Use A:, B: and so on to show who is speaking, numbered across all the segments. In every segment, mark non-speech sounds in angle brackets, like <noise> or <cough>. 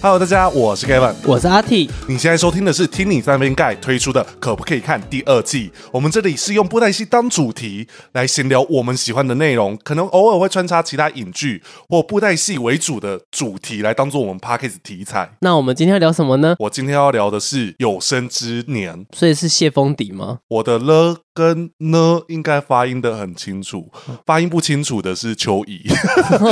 A: Hello，大家，我是 Kevin。
B: 我是阿 T，
A: 你现在收听的是《听你在那边盖》推出的《可不可以看》第二季。我们这里是用布袋戏当主题来闲聊我们喜欢的内容，可能偶尔会穿插其他影剧或布袋戏为主的主题来当做我们 p a c k a g e 题材。
B: 那我们今天要聊什么呢？
A: 我今天要聊的是有生之年，
B: 所以是谢封底吗？ <laughs>
A: 我的了跟呢应该发音的很清楚，发音不清楚的是秋怡。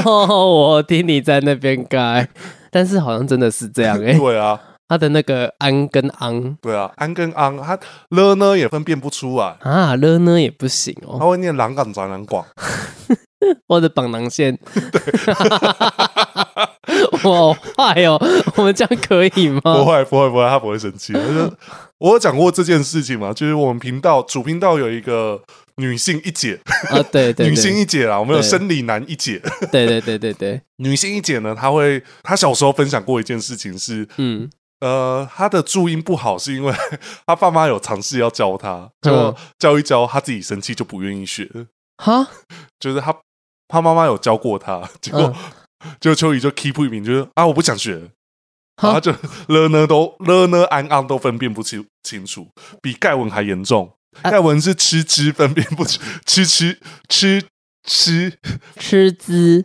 B: 我听你在那边改，但是好像真的是这样哎、
A: 对啊，
B: 他的那个安跟昂
A: 对啊，安跟昂，他了呢也分辨不出来，
B: 啊了呢也不行哦，
A: 他会念朗港展览馆。
B: 或者绑囊线， <laughs> 我好坏哦，我们这样可以
A: 不
B: 吗？
A: 会，不会，不会，他不会生
B: <laughs>
A: 气。就是我有讲过这件事情嘛，就是我们频道主频道有一个女性一姐，
B: 啊，对对
A: 女性
B: 对，
A: 一姐啦，我们有
B: 对
A: 生理男一姐。
B: 对对对对对，
A: 女性一姐呢，她会，她小时候分享过一件事情是，
B: 嗯，
A: 呃，她的注音不好，是因为 <laughs> 她爸妈有尝试要教她，就
B: 嗯
A: 教一教，她自己生气就不愿意学，
B: 哈，
A: 就是她她妈妈有教过她，结果
B: 嗯。
A: 就秋雨就 keep 不赢，就是啊，我不想学，然后
B: 哈，
A: 啊就了呢都了呢安安都分辨不清清楚，比盖文还严重。
B: 啊
A: 盖文是吃吃分辨不清，吃吃吃吃，
B: 吃滋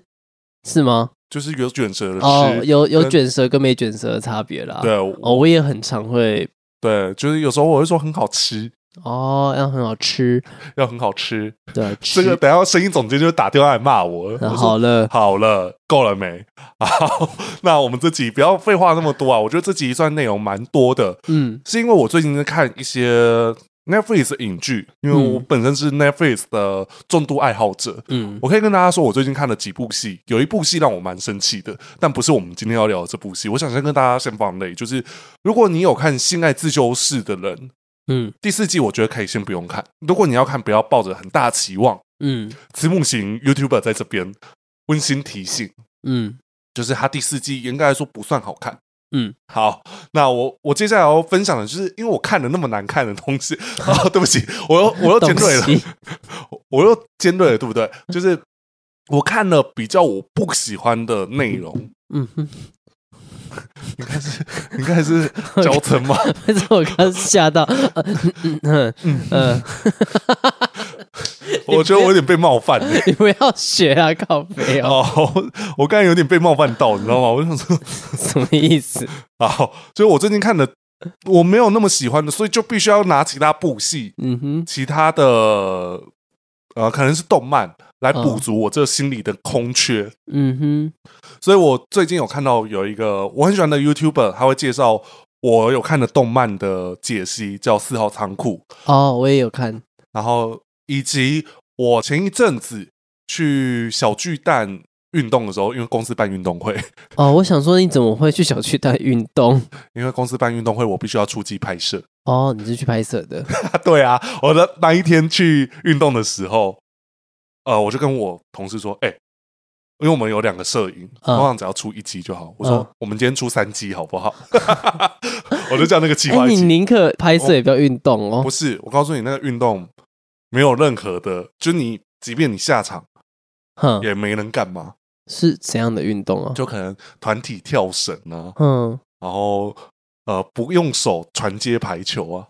B: 是吗？
A: 就是有卷舌的吃。
B: 哦，有有
A: 跟
B: 卷舌跟没卷舌的差别啦。
A: 对啊
B: 哦，我也很常会
A: 对，就是有时候我会说很好吃，
B: 哦，要很好吃，
A: 要很好吃。
B: 对，
A: 这
B: 吃
A: 个等一下声音总监就打电话来骂我。我
B: 那
A: 说
B: 好了，
A: 好了，够了没？ <laughs> 好，那我们这集不要废话那么多啊！我觉得这集算内容蛮多的，
B: 嗯
A: 是因为我最近在看一些 Netflix 的影剧，因为我
B: 嗯
A: 本身是 Netflix 的重度爱好者。
B: 嗯，
A: 我可以跟大家说，我最近看了几部戏，有一部戏让我蛮生气的，但不是我们今天要聊的这部戏。我想先跟大家先放雷，就是如果你有看《性爱自修室》的人，
B: 嗯
A: 第四季我觉得可以先不用看。如果你要看，不要抱着很大期望。
B: 嗯
A: 慈母型 YouTuber 在这边温馨提醒，
B: 嗯
A: 就是他第四季应该来说不算好看。
B: 嗯，
A: 好，那我我接下来要分享的就是，因为我看了那么难看的东西， <laughs> 哦，对不起，我又我又尖锐了
B: 东西，
A: 我又尖锐了，对不对？就是我看了比较我不喜欢的内
B: <laughs>
A: 容，
B: 嗯哼，
A: 你看是，你看
B: <laughs>
A: 是焦沉吗？
B: 但是我刚吓到，呃嗯嗯嗯嗯，
A: 我觉得我有点被冒犯
B: <laughs>
A: 了。
B: 你不要学啊，靠背哦，
A: 哦，我刚才有点被冒犯到，你知道吗？我就想说，
B: 什么意思？
A: 好，所以我最近看的我没有那么喜欢的，所以就必须要拿其他部戏
B: 嗯哼，
A: 其他的呃，可能是动漫来补
B: 嗯
A: 足我这心里的空缺。
B: 嗯哼，
A: 所以我最近有看到有一个我很喜欢的 YouTuber，他会介绍我有看的动漫的解析，叫四号仓库，
B: 哦，我也有看，
A: 然后以及我前一阵子去小巨蛋。运动的时候，因为公司办运动会，
B: 哦，我想说你怎么会去小区带运动？
A: 因为公司办运动会，我必须要出击拍摄。
B: 哦，你是去拍摄的，
A: <laughs> 对啊，我的那一天去运动的时候，呃，我就跟我同事说，哎、因为我们有两个摄影，通
B: 嗯
A: 常只要出一机就好。我说、
B: 嗯
A: 我们今天出三机好不好？ <laughs> 我就叫那个计
B: 哎，
A: 划一
B: 你
A: 起。
B: 宁可拍摄也不要运动哦
A: 不，是，我告诉你，那个运动没有任何的，就你即便你下场
B: 哼，
A: 也没能干嘛，
B: 是怎样的运动啊？
A: 就可能团体跳绳啊，
B: 嗯，
A: 然后呃不用手传接排球啊，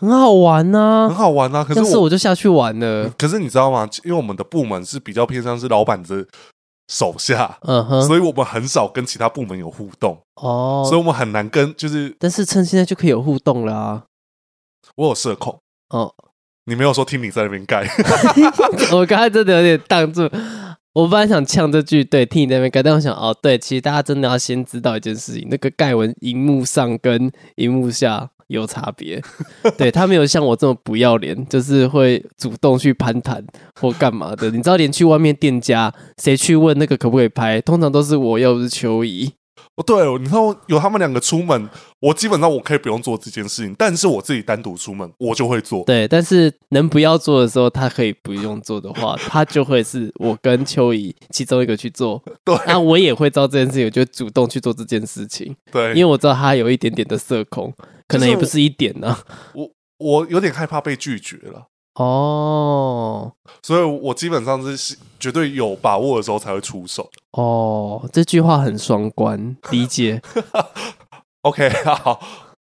B: 很好玩呐、
A: 很好玩啊。可
B: 要
A: 是
B: 是
A: 我，
B: 我就下去玩了。
A: 可是你知道吗？因为我们的部门是比较偏向是老板的手下。
B: 嗯哼，
A: 所以我们很少跟其他部门有互动，
B: 哦，
A: 所以我们很难跟。就是
B: 但是趁现在就可以有互动啊啦、
A: 我有社恐，
B: 哦，
A: 你没有说听你在那边盖，
B: <laughs>
A: <laughs>
B: 我刚才真的有点挡住。我本来想呛这句，对，听你在那边盖，但我想，哦，对，其实大家真的要先知道一件事情，那个盖文荧幕上跟荧幕下有差
A: <laughs>
B: 别，对他没有像我这么不要脸，就是会主动去攀谈或干嘛的。你知道，连去外面店家，谁去问那个可不可以拍，通常都是我，要不是秋怡，
A: 哦，对，你看我有他们两个出门，我基本上我可以不用做这件事情，但是我自己单独出门，我就会做。
B: 对，但是能不要做的时候，他可以不用做的话，他就会是我跟秋怡其中一个去做。
A: <laughs> 对
B: 那我也会知道这件事情，我就会主动去做这件事情，
A: 对，
B: 因为我知道他有一点点的社恐，可能也
A: 就是
B: 啊
A: 我
B: 不是一点呢、
A: 我有点害怕被拒绝了。
B: 哦
A: 所以我基本上是是绝对有把握的时候才会出手。
B: 哦，这句话很双关，理解。
A: OK，好。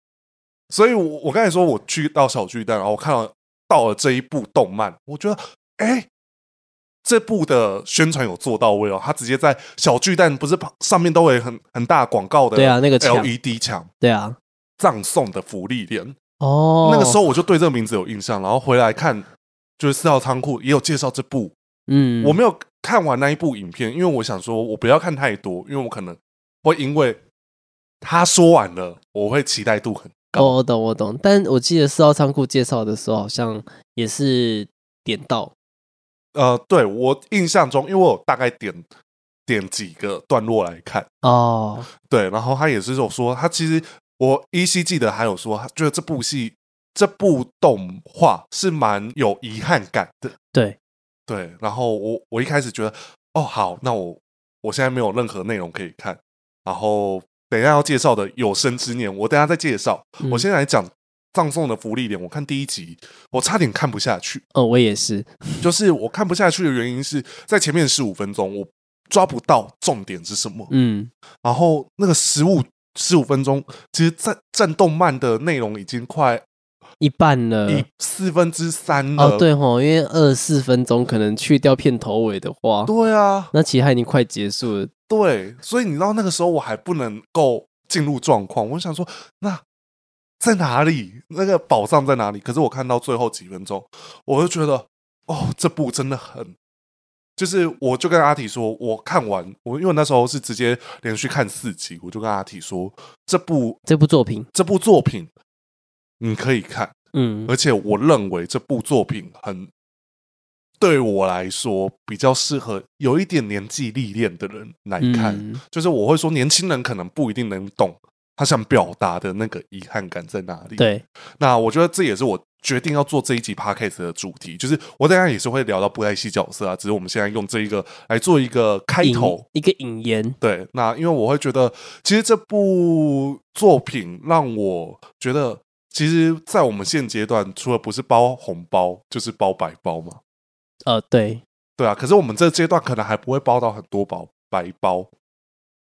A: <laughs> 所以我，我刚才说我去到小巨蛋，然后我看到到了这一部动漫，我觉得，哎、这部的宣传有做到位哦。他直接在小巨蛋不是旁上面都会很很大广告的，
B: 对啊那个墙
A: LED 墙
B: 对啊，
A: 葬送的福利链。
B: 哦，
A: 那个时候我就对这个名字有印象，然后回来看，就是四号仓库也有介绍这部，
B: 嗯，
A: 我没有看完那一部影片，因为我想说，我不要看太多，因为我可能会因为他说完了，我会期待度很高。
B: 哦，我懂我懂，但我记得四号仓库介绍的时候，好像也是点到
A: 呃，对我印象中，因为我有大概点点几个段落来看，
B: 哦，
A: 对，然后他也是有说，他其实我依稀记得还有说，他觉得这部戏这部动画是蛮有遗憾感的。
B: 对，
A: 对，然后我我一开始觉得，哦，好，那我我现在没有任何内容可以看，然后等一下要介绍的《有生之年》，我等一下再介绍。
B: 嗯
A: 我先来讲《葬送的福利点》，我看第一集，我差点看不下去，
B: 哦，我也是，
A: 就是我看不下去的原因是在前面十五分钟，我抓不到重点是什么，
B: 嗯，
A: 然后那个十五十五分钟，其实战战动漫的内容已经快
B: 一半了。
A: 一四分之三了，
B: 呃哦，对吼，因为二十四分钟可能去掉片头尾的话，
A: 对啊，
B: 那其实它已经快结束了。
A: 对，所以你知道那个时候我还不能够进入状况，我想说那在哪里？那个宝藏在哪里？可是我看到最后几分钟，我就觉得哦，这部真的很，就是我就跟阿体说，我看完我因为我那时候是直接连续看四集，我就跟阿体说，这部
B: 这部作品，
A: 这部作品你可以看，
B: 嗯
A: 而且我认为这部作品很。对我来说，比较适合有一点年纪历练的人来看，
B: 嗯
A: 就是我会说，年轻人可能不一定能懂他想表达的那个遗憾感在哪里。，
B: 对，
A: 那我觉得这也是我决定要做这一集 podcast 的主题，就是我等一下也是会聊到布袋戏角色啊，只是我们现在用这一个来做一个开
B: 引
A: 头。
B: 一个引言，
A: 对，那因为我会觉得，其实这部作品让我觉得，其实，在我们现阶段，除了不是包红包，就是包白包嘛。
B: 呃，对，
A: 对啊，可是我们这阶段可能还不会包到很多包白包，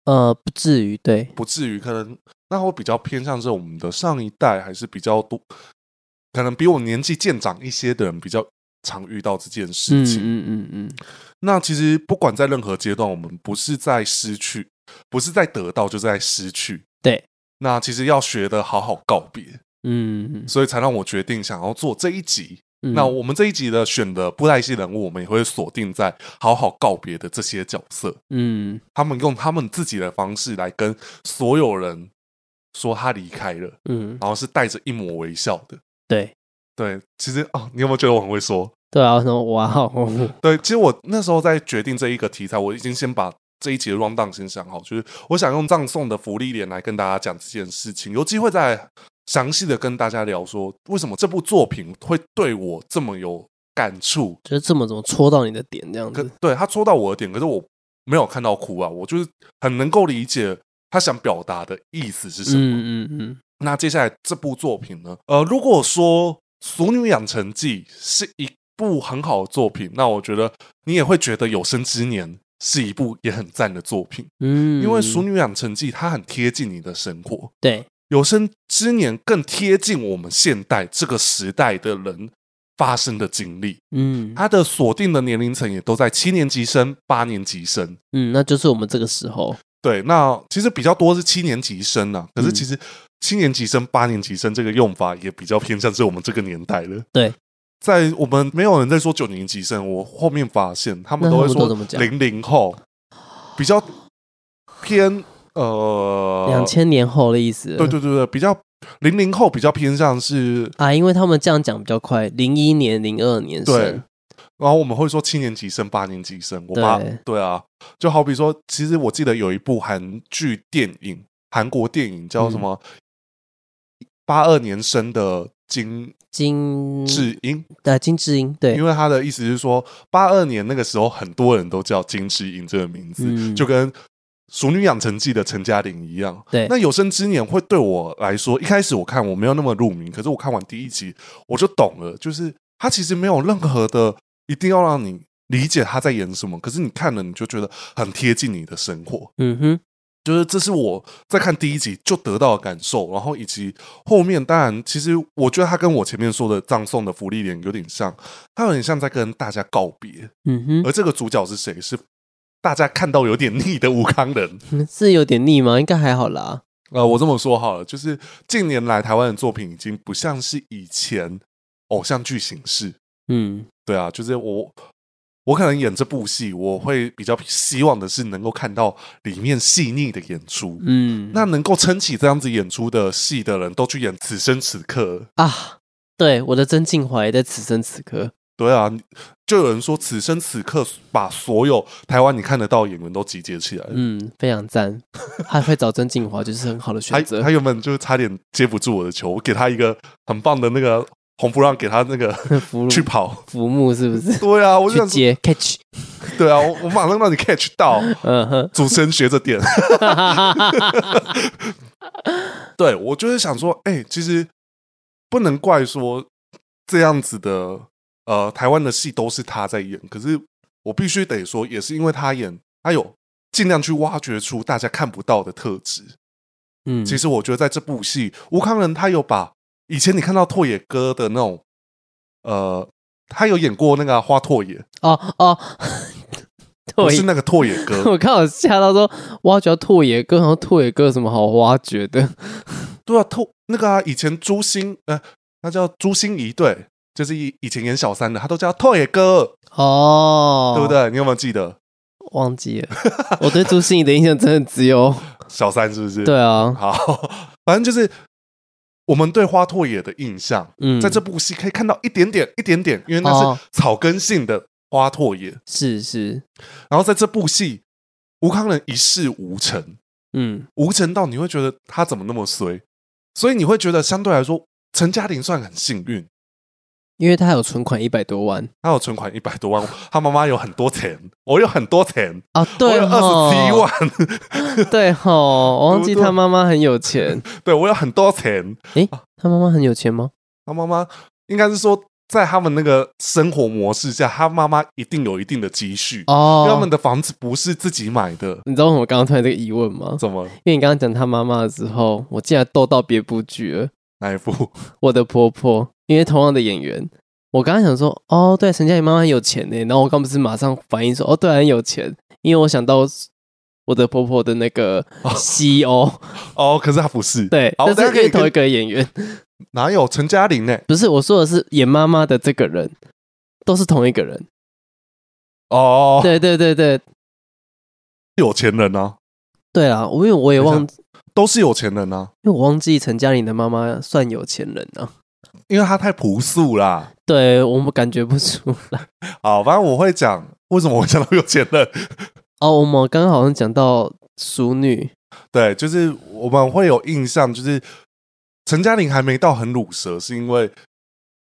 B: 呃，不至于，对，
A: 不至于，可能那会比较偏向是我们的上一代，还是比较多，可能比我年纪渐长一些的人比较常遇到这件
B: 嗯
A: 事情。
B: 嗯嗯嗯，
A: 那其实不管在任何阶段，我们不是在失去，不是在得到，就是在失去。
B: 对，
A: 那其实要学的好好告别，
B: 嗯，
A: 所以才让我决定想要做这一集。
B: 嗯
A: 那我们这一集的选的布袋戏人物，我们也会锁定在好好告别的这些角色。
B: 嗯
A: 他们用他们自己的方式来跟所有人说他离开了，
B: 嗯，
A: 然后是带着一抹微笑的。
B: 对
A: 对，其实哦，你有没有觉得我很会说？
B: 对啊，什么哇哦， <laughs>
A: 对，其实我那时候在决定这一个题材，我已经先把这一集的 round down 先想好，就是我想用葬送的福利脸来跟大家讲这件事情，有机会再详细的跟大家聊说，为什么这部作品会对我这么有感触，
B: 就是这么怎么戳到你的点这样
A: 可
B: 子，
A: 对他戳到我的点，可是我没有看到哭啊，我就是很能够理解他想表达的意思是什么。
B: 嗯嗯嗯，
A: 那接下来这部作品呢？呃，如果说《俗女养成记》是一部很好的作品，那我觉得你也会觉得《有生之年》是一部也很赞的作品，
B: 嗯，
A: 因为《俗女养成记》它很贴近你的生活，《
B: 对，
A: 有生之年》更贴近我们现代这个时代的人发生的经历。
B: 嗯
A: 它的锁定的年龄层也都在七年级生、八年级生。
B: 嗯，那就是我们这个时候，
A: 对，那其实比较多是七年级生啊，可是
B: 嗯
A: 其实七年级生、八年级生这个用法也比较偏向是我们这个年代了。
B: 对，
A: 在我们没有人在说九年级生，我后面发现他们
B: 那
A: 都
B: 他
A: 会
B: 们都
A: 说
B: 怎么讲
A: 零零后，比较偏呃
B: 两，千年后的意思，
A: 对对对对，比较零零后比较偏向是，
B: 啊，因为他们这样讲比较快，零一年、零二年生，
A: 对然后我们会说七年级生、八年级生，我爸
B: 对
A: 对啊，就好比说，其实我记得有一部韩剧电影，韩国电影叫什
B: 嗯
A: 么？八二年生的金
B: 金
A: 智英，
B: 对啊金智英，嗯对
A: 因，为他的意思是说，八二年那个时候很多人都叫金智英这个名字，
B: 嗯
A: 就跟《熟女养成记》的陈嘉玲一样。
B: 对
A: 那有生之年会对我来说，一开始我看我没有那么入迷，可是我看完第一集我就懂了，就是他其实没有任何的一定要让你理解他在演什么，可是你看了你就觉得很贴近你的生活。
B: 嗯哼，
A: 就是这是我在看第一集就得到的感受，然后以及后面，当然，其实我觉得他跟我前面说的葬送的福利脸有点像，他有点像在跟大家告别。
B: 嗯哼，
A: 而这个主角是谁？是大家看到有点腻的吴康人。
B: 嗯是有点腻吗？应该还好啦。
A: 呃，我这么说好了，就是近年来台湾的作品已经不像是以前偶像剧形式。
B: 嗯，
A: 对啊，就是我。我可能演这部戏，我会比较希望的是能够看到里面细腻的演出。
B: 嗯，
A: 那能够撑起这样子演出的戏的人，都去演此生此刻。
B: 啊，对，我的真静华也在此生此刻。
A: 对啊，你就有人说此生此刻把所有台湾你看得到的演员都集结起来。
B: 嗯，非常赞。他会找曾静华就是很好的
A: 他
B: 选择
A: 他。原本就是差点接不住我的球，我给他一个很棒的那个红不让，给他那
B: <laughs>
A: 个
B: 福禄
A: 去跑。
B: 浮木是不是？
A: 对啊，我就
B: 去
A: 想说，
B: 接 catch。
A: 对啊，我我马上让你 catch 到，
B: 嗯
A: <laughs>
B: 哼，
A: 主持人学着
B: <laughs>
A: 点。对我就是想说，哎、其实不能怪说这样子的，呃，台湾的戏都是他在演，可是我必须得说，也是因为他演，他有尽量去挖掘出大家看不到的特质。
B: 嗯，
A: 其实我觉得在这部戏，吴康仁他有把以前你看到拓野哥的那种，呃，他有演过那个啊、花拓野，
B: 哦哦，
A: 不
B: 拓
A: 是
B: 野，
A: 那个拓野哥，
B: <laughs> 我看我吓到说挖掘到拓野哥，然后拓野哥有什么好挖掘的？
A: 对啊，透那个啊，以前朱星，呃，他叫朱星怡，对，就是以以前演小三的，他都叫拓野哥，
B: 哦，
A: 对不？对？你有没有记得
B: 忘记了， <laughs> 我对朱心怡的印象真的只有
A: 小三是不是？，
B: 对啊，
A: 好， <laughs> 反正就是我们对花拓野的印象，
B: 嗯，
A: 在这部戏可以看到一点点，一点点，因为那
B: 哦
A: 是草根性的花拓野，
B: 是是，
A: 然后在这部戏，吴康仁一事无成，
B: 嗯
A: 无成到你会觉得他怎么那么衰，所以你会觉得相对来说，陈嘉玲算很幸运，
B: 因为他有存款一百多万
A: 他有存款一百多万，他妈妈有很多钱，我有很多钱，
B: 啊，
A: 我
B: 对
A: 有
B: 吼，
A: 二十七，万，
B: 对吼，我忘记
A: 对不对
B: 他妈妈很有钱，
A: 对我有很多钱。
B: 他妈妈很有钱吗？
A: 他妈妈应该是说，在他们那个生活模式下，他妈妈一定有一定的积蓄，因为他
B: 哦
A: 们，的房子不是自己买的，
B: 你知道为什么我刚刚突然这个疑问吗？
A: 怎么
B: 因为你刚刚讲他妈妈的时候，我竟然逗到别部剧了。
A: 哪一副？
B: 我的婆婆，因为同样的演员，我刚刚想说，哦，对，陈嘉玲妈妈很有钱呢。然后我刚不是马上反应说，哦，对啊，很有钱，因为我想到我的婆婆的那
A: <laughs>
B: 个 CEO，
A: 哦，可是他不是，
B: 对，
A: 好
B: 但
A: 等一下
B: 是
A: 可以
B: 因为同
A: 跟
B: 一个演员，
A: 哪有陈嘉玲呢？
B: 不是我说的是演妈妈的这个人，都是同一个人。
A: 哦，
B: 对对对对
A: 有钱人啊，
B: 对啊，我因为我也忘，
A: 等都是有钱人啊，
B: 因为我忘记陈嘉玲的妈妈算有钱人啊。
A: 因为他太朴素啦。
B: 对我们感觉不出 <laughs> 来
A: 好，反正我会讲为什么我讲到有钱人， <laughs>
B: 哦。我们刚刚好像讲到淑女，
A: 对，就是我们会有印象，就是陈嘉玲还没到很乳蛇，是因为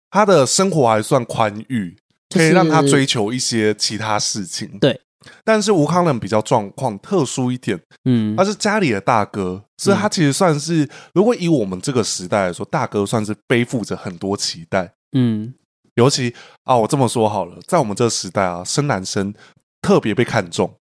A: 她的生活还算宽裕，
B: 就
A: 可以让她
B: 是
A: 追求一些其他事情。
B: 对，
A: 但是吴康仁比较状况特殊一点，
B: 嗯
A: 啊他是家里的大哥，所以他其实算是，如果以我们这个时代来说，大哥算是背负着很多期待。
B: 嗯，
A: 尤其啊，我这么说好了，在我们这个时代啊，生男生特别被看重。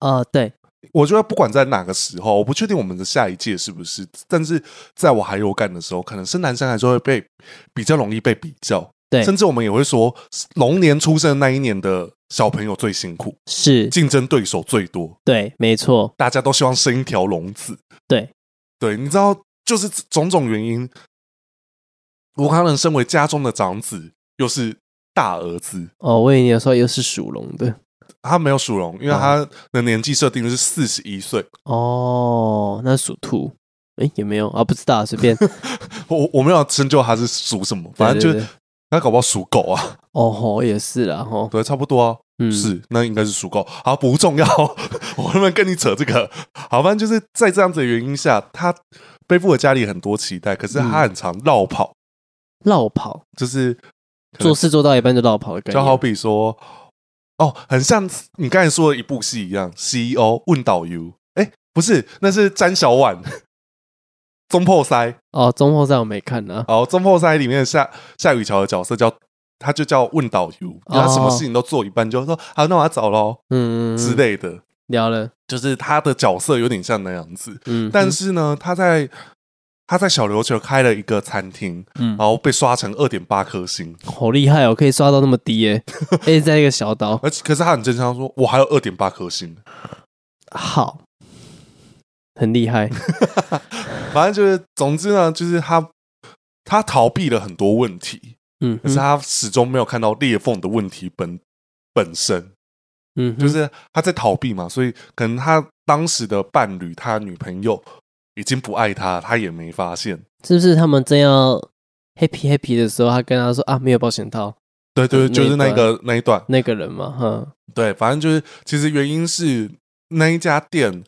B: 哦，对，
A: 我觉得不管在哪个时候，我不确定我们的下一届是不是，但是在我还有感的时候，可能生男生还是会被比较容易被比较，
B: 对
A: 甚至我们也会说，龙年出生那一年的小朋友最辛苦，
B: 是，
A: 竞争对手最多，
B: 对，没错，
A: 大家都希望生一条龙子。
B: 对，
A: 对，你知道，就是种种原因，吴康仁身为家中的长子，又是大儿子，
B: 哦，我以为你有时候又是属龙的，
A: 他没有属龙，因为
B: 嗯
A: 他的年纪设定是四十一岁。
B: 哦，那属兔，诶，也没有啊，不知道，随便，
A: 我我没有深究他是属什么， <laughs> 反正就
B: 对对对
A: 他搞不好属狗啊，
B: 哦吼，也是啦，吼，
A: 对，差不多啊，
B: 嗯，，
A: 是那应该是属狗。好，不重要， <laughs> 我能不能跟你扯这个？好，反正就是在这样子的原因下，他背负了家里很多期待，可是他
B: 嗯
A: 很常绕跑，
B: 绕跑，
A: 就是可能
B: 做事做到一半就绕跑的感
A: 就好
B: 觉，
A: 比说，哦，很像你刚才说的一部戏一样，CEO 问导游，哎，不是，那是詹小婉。 <laughs> 中破塞
B: 哦，中后赛我没看呢，
A: 哦，《中破塞》里面夏夏雨乔的角色叫他就叫问导游，因为他什么
B: 哦
A: 事情都做一半，就说好，那我要走喽
B: 嗯，
A: 之类的，
B: 聊了，
A: 就是他的角色有点像那样子。
B: 嗯，
A: 但是呢，他在他在小琉球开了一个餐厅，
B: 嗯
A: 然后被刷成二点八颗星，
B: 好厉害哦，可以刷到那么低
A: <laughs>
B: 耶、欸，而且在一个小岛，
A: 而且可是他很正常说，我还有二点八颗星， <laughs>
B: 好，很
A: <laughs>
B: 厉害，
A: 反正就是总之呢，就是他他逃避了很多问题，
B: 嗯哼，
A: 可是他始终没有看到裂缝的问题本本身，
B: 嗯哼，
A: 就是他在逃避嘛，所以可能他当时的伴侣，他女朋友已经不爱他，他也没发现。
B: 是不是他们真要 happy happy 的时候，他跟他说啊，没有保险套，
A: 对对，
B: 嗯
A: 就是
B: 那
A: 那
B: 一
A: 个那一段，
B: 那个人嘛，哼，
A: 对，反正就是，其实原因是那一家店，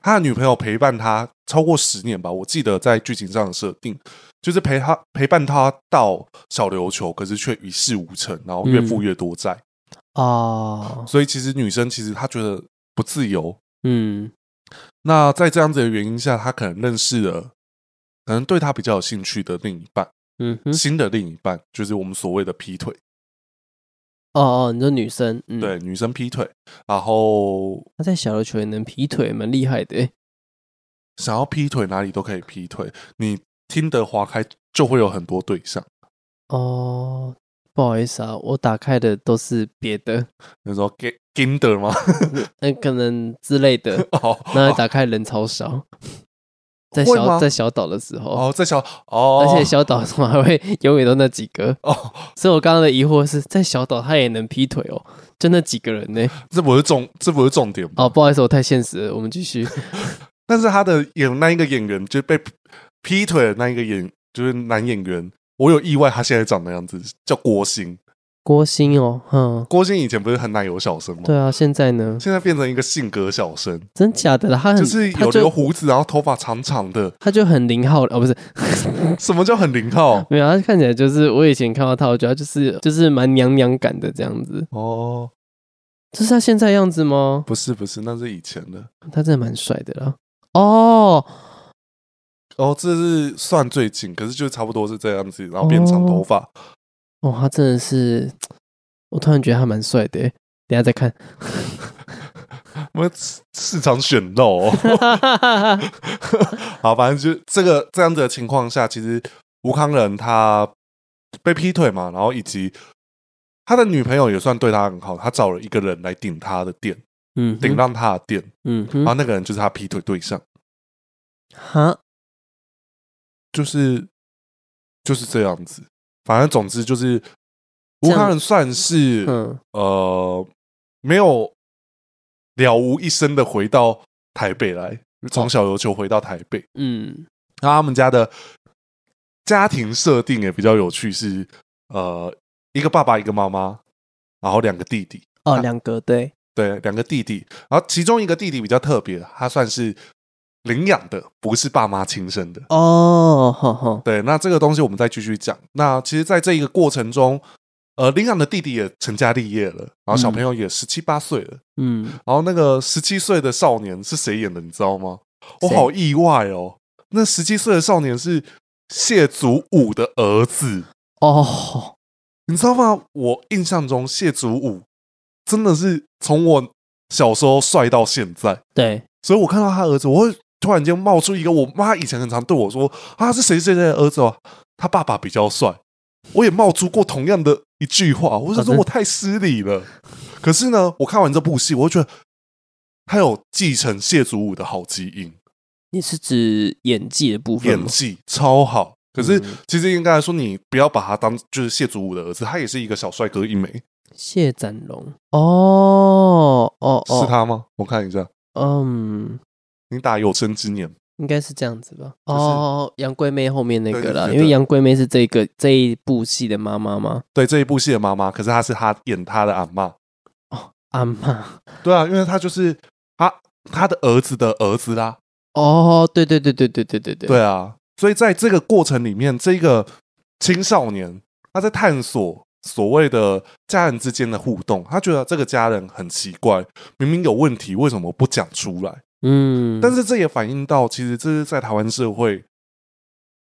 A: 他的女朋友陪伴他超过十年吧，我记得在剧情上的设定，就是陪他陪伴他到小琉球，可是却一事无成，然后越负越多债，
B: 哦，
A: 所以其实女生其实她觉得不自由。
B: 嗯
A: 那在这样子的原因下，她可能认识了，可能对她比较有兴趣的另一半，
B: 嗯哼，
A: 新的另一半，就是我们所谓的劈腿。
B: 哦哦，你说女生，嗯，，
A: 对，女生劈腿，然后
B: 她在小琉球也能劈腿，蛮厉害的、欸，
A: 想要劈腿哪里都可以劈腿，你听得划开就会有很多对象。
B: 哦。不好意思啊，我打开的都是别的，
A: 你说 g i n d e r 吗？。
B: 那可能之类的
A: <laughs> 哦，
B: 那打开人超少，
A: <laughs>
B: 在
A: 会吗
B: 小在小岛的时候，
A: 哦，在小哦，
B: 而且小岛怎么还会永远都那几个？
A: 哦，
B: 所以我刚刚的疑惑是在小岛他也能劈腿哦，就那几个人呢？
A: 这不是重，这不是重点吧？
B: 哦，不好意思，我太现实了，我们继续。
A: 但是他的演那一个演员就被劈腿的那一个演就是男演员，我有意外，他现在长那样子，叫 <laughs> 郭鑫。
B: 郭鑫哦，嗯，
A: 郭鑫以前不是很奶油小生吗？
B: 对啊，现在呢？
A: 现在变成一个性格小生，
B: 真假的啦，他很
A: 就是
B: 嗯他
A: 有留
B: 就
A: 胡子，然后头发长长的。
B: 他就很零号哦，不是 <laughs>
A: 什么叫很零号？ <laughs>
B: 没有，他看起来就是我以前看到他，我觉得他就是就是蛮娘娘感的这样子，
A: 哦，
B: 这是他现在的样子吗？
A: 不是不是，那是以前的。
B: 他真的蛮帅的啦。哦，
A: 哦，这是算最近，可是就差不多是这样子，然后变长头发。
B: 哦，他真的是，我突然觉得他蛮帅的耶。等一下再
A: <laughs>
B: 看，
A: 我们市市场选肉、
B: <laughs>
A: 哦，
B: 嗯
A: 好，反正就这个这样子的情况下，其实吴康仁他被劈腿嘛，然后以及他的女朋友也算对他很好，他找了一个人来顶他的店，
B: 嗯
A: 顶
B: 哼，
A: 让他的店，
B: 嗯
A: 然后
B: 哼，
A: 那个人就是他劈腿对象，
B: 哈，
A: 就是就是这样子。反正总之就是
B: 这
A: 吴
B: 样
A: 康仁算是
B: 嗯，
A: 呃，没有了无一声的回到台北来，
B: 哦
A: 从小琉球回到台北。
B: 嗯，
A: 然后他们家的家庭设定也比较有趣是，呃，一个爸爸，一个妈妈，然后两个弟弟，
B: 哦，两个对，
A: 对，两个弟弟。然后其中一个弟弟比较特别，他算是领养的，不是爸妈亲生的。
B: 哦，吼吼，
A: 对，那这个东西我们再继续讲。那其实，在这一个过程中，呃，领养的弟弟也成家立业了，然后小
B: 嗯
A: 朋友也十七八岁了。
B: 嗯，
A: 然后那个十七岁的少年是谁演的，你知道吗？我
B: 谁
A: 好意外哦！那十七岁的少年是谢祖武的儿子，
B: 哦，
A: 你知道吗？我印象中谢祖武真的是从我小时候帅到现在，
B: 对，
A: 所以我看到他儿子，我会突然间冒出一个我妈以前很常对我说：“啊，是谁谁谁的儿子哦，他爸爸比较帅。”我也冒出过同样的一句话，我想说
B: 啊真的
A: 我太失礼了。可是呢，我看完这部戏，我就觉得他有继承谢祖武的好基因，
B: 你是指演技的部分
A: 演
B: 吗？
A: 技超好。可是
B: 嗯
A: 其实应该来说，你不要把他当就是谢祖武的儿子，他也是一个小帅哥一枚，
B: 谢展龙，哦，哦，哦，
A: 是，他吗？我看一下，
B: 嗯，
A: 你打有生之年，
B: 应该是这样子吧。
A: 是
B: 哦，杨贵妹后面那
A: 对
B: 个
A: 对
B: 啦，
A: 对
B: 因为
A: 对
B: 杨贵妹是这个这一部戏的妈妈嘛，
A: 对这一部戏的妈妈，可是他是他演他的阿妈，
B: 阿妈。
A: 对啊，因为他就是他他的儿子的儿子啦，
B: 哦，对对对对对对对对，
A: 对啊，所以在这个过程里面，这个青少年他在探索所谓的家人之间的互动，他觉得这个家人很奇怪，明明有问题，为什么不讲出来？
B: 嗯，
A: 但是这也反映到，其实这是在台湾社会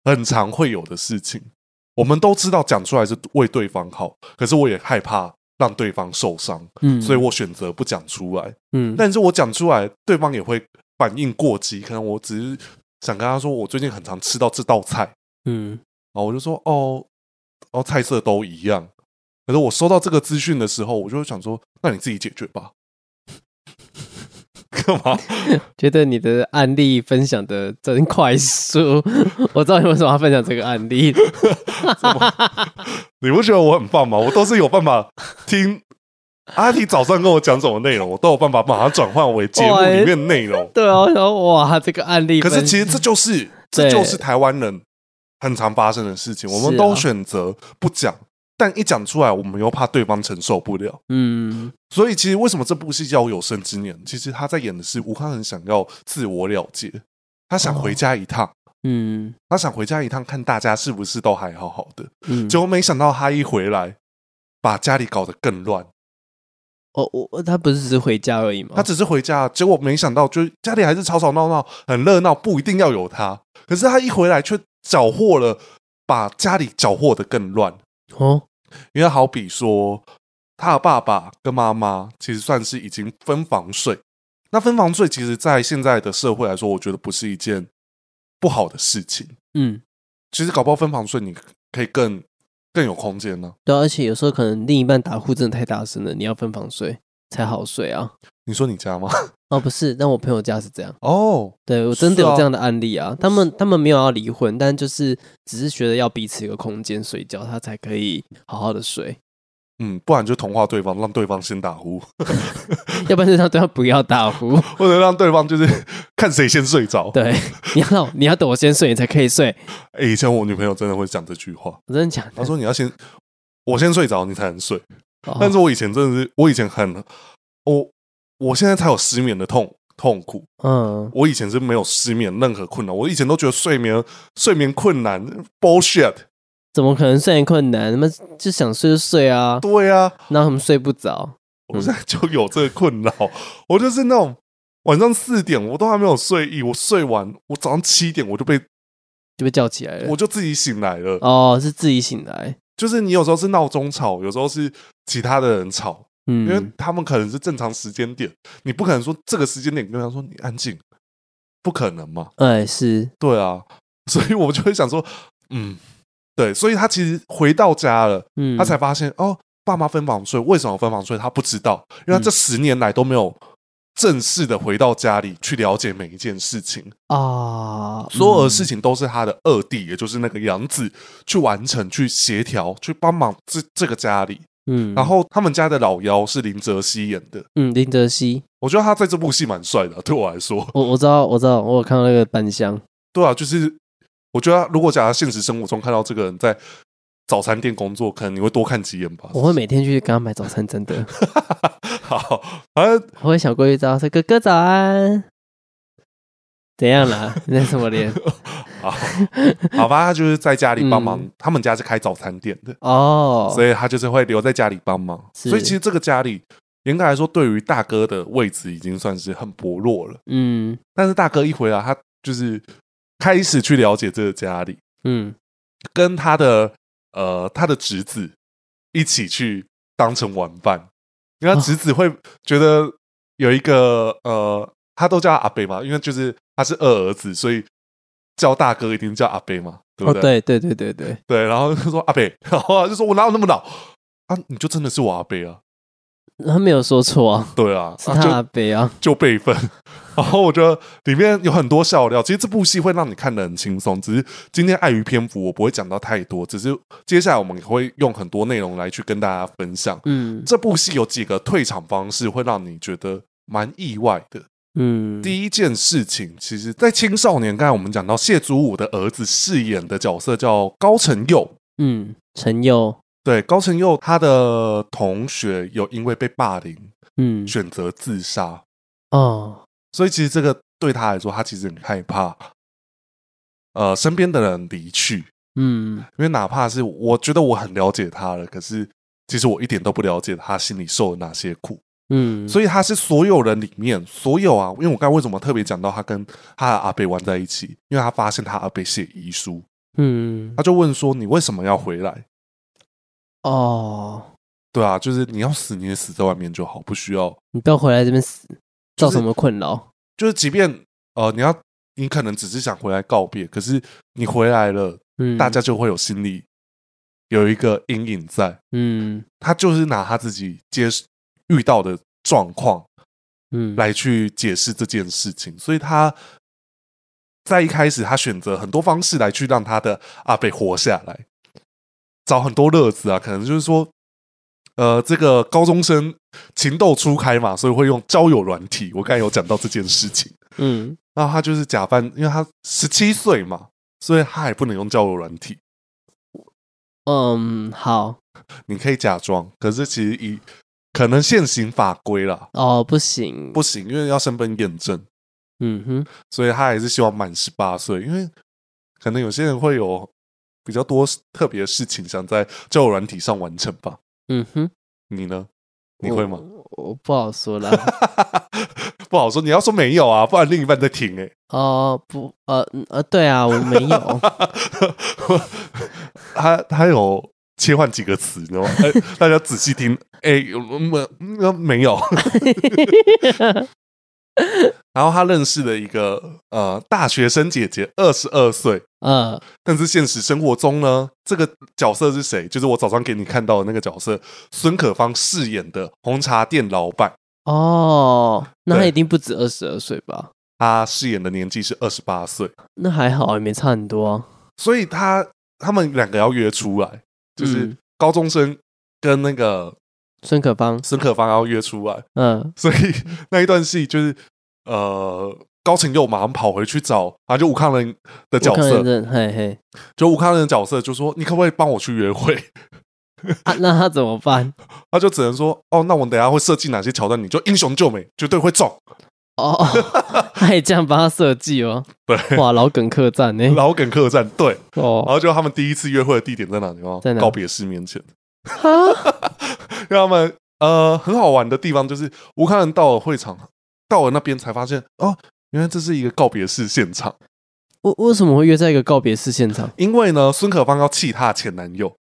A: 很常会有的事情，我们都知道讲出来是为对方好，可是我也害怕让对方受伤，
B: 嗯，
A: 所以我选择不讲出来。
B: 嗯，
A: 但是我讲出来，对方也会反应过激，可能我只是想跟他说，我最近很常吃到这道菜，
B: 嗯
A: 然后我就说哦，哦，菜色都一样。可是我收到这个资讯的时候，我就会想说，那你自己解决吧。 <laughs> 干嘛？
B: 觉得你的案例分享的真快速， <laughs> 我知道你为什么要分享这个案 <laughs> 例。
A: 你不觉得我很棒吗？我都是有办法听阿提早上跟我讲什么内容，我都有办法马上转换为节目里面内容。
B: 对啊，我想说哇，这个案例
A: 可
B: 分，
A: 是其实这
B: <laughs>
A: 就是这
B: 对
A: 就是台湾人很常发生的事情，我
B: 是
A: 们
B: 啊
A: 都选择不讲，但一讲出来，我们又怕对方承受不了。
B: 嗯
A: 所以其实为什么这部戏叫《有生之年》？其实他在演的是吴康仁想要自我了结，他
B: 哦
A: 想回家一趟，
B: 嗯
A: 他想回家一趟看大家是不是都还好好的。
B: 嗯，
A: 结果没想到他一回来，把家里搞得更乱。
B: 我哦我我他不是只是回家而已吗？
A: 他只是回家，结果没想到，就家里还是吵吵闹闹，很热闹，不一定要有他。可是他一回来却搅和了，把家里搅和的更乱。
B: 哦，
A: 因为好比说，他的爸爸跟妈妈其实算是已经分房睡。那分房睡，其实在现在的社会来说，我觉得不是一件不好的事情。
B: 嗯，
A: 其实搞不好分房睡，你可以更更有空间呢、
B: 对啊、而且有时候可能另一半打呼真的太大声了，你要分房睡才好睡啊。
A: 你说你家吗？
B: 哦，不是，但我朋友家是这样，
A: 哦，
B: 对我真的
A: 是啊
B: 有这样的案例啊。他们他们没有要离婚，但就是只是觉得要彼此一个空间睡觉，他才可以好好的睡，
A: 嗯，不然就同化对方，让对方先打呼，
B: 要不然就他对他不要
A: <laughs>
B: 打呼。
A: 或者让对方就是 <laughs> 看谁先睡着。
B: 对，你要让我你要等我先睡，你才可以睡。
A: 欸，以前我女朋友真的会讲这句话，
B: 我真的讲，
A: 她说你要先我先睡着，你才能睡。
B: 哦
A: 但是我以前真的是，我以前很我我现在才有失眠的痛痛苦，
B: 嗯，
A: 我以前是没有失眠任何困难，我以前都觉得睡眠睡眠困难 bullshit。
B: 怎么可能睡眠困难？他们就想睡就睡啊，
A: 对啊，
B: 然后他们睡不着。
A: 我现在就有这个困扰，我就是那种晚上四点我都还没有睡意，我睡完我早上七点我就被
B: 就被叫起来了
A: 我。就自己醒来了。
B: 哦，是自己醒来，
A: 就是你有时候是闹钟吵，有时候是其他的人吵，因为
B: 嗯，
A: 他们可能是正常时间点，你不可能说这个时间点跟他说你安静，不可能嘛？
B: 哎，是，
A: 对啊， <laughs> 所以我就会想说，嗯，对，所以他其实回到家了，
B: 嗯，
A: 他才发现、哦，爸妈分房睡，为什么分房睡？他不知道，因
B: 嗯
A: 为他这十年来都没有正式的回到家里去了解每一件事情，
B: 啊，
A: 所有的
B: 嗯
A: 事情都是他的二弟，也就是那个杨子去完成、去协调、去帮忙这这个家里。
B: 嗯，
A: 然后他们家的老幺是林哲熙演的。
B: 嗯，林哲熙，
A: 我觉得他在这部戏蛮帅的，啊对我来说，
B: 我我知道，我知道，我有看到那个扮相，
A: 对啊，就是我觉得如果假如现实生活中看到这个人在早餐店工作，可能你会多看几眼吧。
B: 我会每天去给他买早餐，真
A: <laughs>
B: 的，
A: 好，反正
B: 我会小过去招说哥哥早安，怎样啦？ <laughs> 你那什么
A: <laughs>
B: 脸？
A: 好，好吧，他就是在家里帮忙，
B: 嗯
A: 他们家是开早餐店的，
B: 哦，
A: 所以他就是会留在家里帮忙。
B: 是
A: 所以其实这个家里严格来说，对于大哥的位置已经算是很薄弱了。
B: 嗯
A: 但是大哥一回来，他就是开始去了解这个家里，
B: 嗯，
A: 跟他的呃他的侄子一起去当成玩伴，因为他
B: 哦
A: 侄子会觉得有一个呃，他都叫他阿贝嘛，因为就是他是二儿子，所以叫大哥一定叫阿贝嘛，对
B: 哦，
A: 不对？
B: 对对对对对，
A: 对然后就说阿贝， <laughs> 然后他就说我哪有那么老啊？你就真的是我阿贝啊？
B: 他没有说错啊，
A: 对啊，
B: 是
A: 啊
B: 他阿
A: 就
B: 北啊，
A: 就辈分。 <laughs> 然后我觉得里面有很多笑料，其实这部戏会让你看得很轻松，只是今天碍于篇幅，我不会讲到太多，只是接下来我们会用很多内容来去跟大家分享。
B: 嗯
A: 这部戏有几个退场方式会让你觉得蛮意外的。
B: 嗯，
A: 第一件事情，其实，在青少年，刚才我们讲到谢祖武的儿子饰演的角色叫高成佑，
B: 嗯，陈佑，
A: 对，高成佑他的同学有因为被霸凌
B: 嗯，
A: 选择自杀，
B: 哦，
A: 所以其实这个对他来说，他其实很害怕，呃，身边的人离去，因
B: 嗯
A: 为哪怕是我觉得我很了解他了，可是其实我一点都不了解他心里受了哪些苦，
B: 嗯，
A: 所以他是所有人里面所有啊，因为我刚才为什么特别讲到他跟他的阿北玩在一起，因为他发现他阿北写遗书，
B: 嗯，
A: 他就问说：“你为什么要回来
B: 哦，？”
A: 对啊，就是你要死，你也死在外面就好，不需要。
B: 你不要回来这边死，造
A: 就是
B: 什么困扰？
A: 就是即便呃，你要你可能只是想回来告别，可是你回来了，
B: 嗯，
A: 大家就会有心里有一个阴影在。
B: 嗯
A: 他就是拿他自己接遇到的状况
B: 嗯，
A: 来去解释这件事情，所以他在一开始他选择很多方式来去让他的阿北活下来，找很多乐子啊，可能就是说，呃，这个高中生情窦初开嘛，所以会用交友软体。我刚才有讲到这件事情，
B: 嗯
A: 然后他就是假扮，因为他十七岁嘛，所以他还不能用交友软体，
B: 嗯，好
A: 你可以假装，可是其实以可能现行法规啦，
B: 哦，不行，
A: 不行，因为要身份验证。
B: 嗯哼，
A: 所以他还是希望满十八岁，因为可能有些人会有比较多特别的事情想在交友软体上完成吧。
B: 嗯哼，
A: 你呢？你会吗？
B: 我？我不好说啦。
A: <laughs> 不好说，你要说没有啊，不然另一半在听哎、，
B: <laughs> 哦，不，呃嗯呃，对啊，我没有
A: <laughs> 他他有切换几个词，你知道吗？哎大家仔细听，哎、有没没没有？然后他认识了一个呃大学生姐姐，二十二岁，
B: 呃，
A: 但是现实生活中呢，这个角色是谁？就是我早上给你看到的那个角色，孙可芳饰演的红茶店老板，
B: 哦，那他
A: 对
B: 一定不止二十二岁吧？
A: 他饰演的年纪是二十八岁，
B: 那还好，也没差很多啊。
A: 所以他他们两个要约出来，就是
B: 嗯
A: 高中生跟那个
B: 孙可芳，
A: 孙可芳要约出来， <laughs>
B: 嗯
A: 所以那一段戏就是呃。高晴佑马上跑回去找，啊，就吴康仁的角
B: 我看
A: 色，
B: 认嘿嘿
A: 就吴康仁的角色就说：“你可不可以帮我去约会？”
B: 啊，那他怎么办？
A: 他就只能说，哦，那我等一下会设计哪些桥段，你就英雄救美，绝对会中。 <laughs>
B: 哦，他也这样帮他设计哦，
A: 对，
B: 哇，老梗客栈呢？
A: 老梗客栈，对。然
B: 哦，
A: 后就他们第一次约会的地点在哪里吗？
B: 在哪
A: 告别式面前。
B: 哈，
A: <laughs> 因为他们呃很好玩的地方就是，吴康仁到了会场，到了那边才发现，哦，原来这是一个告别式现场。
B: 为为什么会约在一个告别式现场？
A: 因为呢，孙可芳要气她的前男友，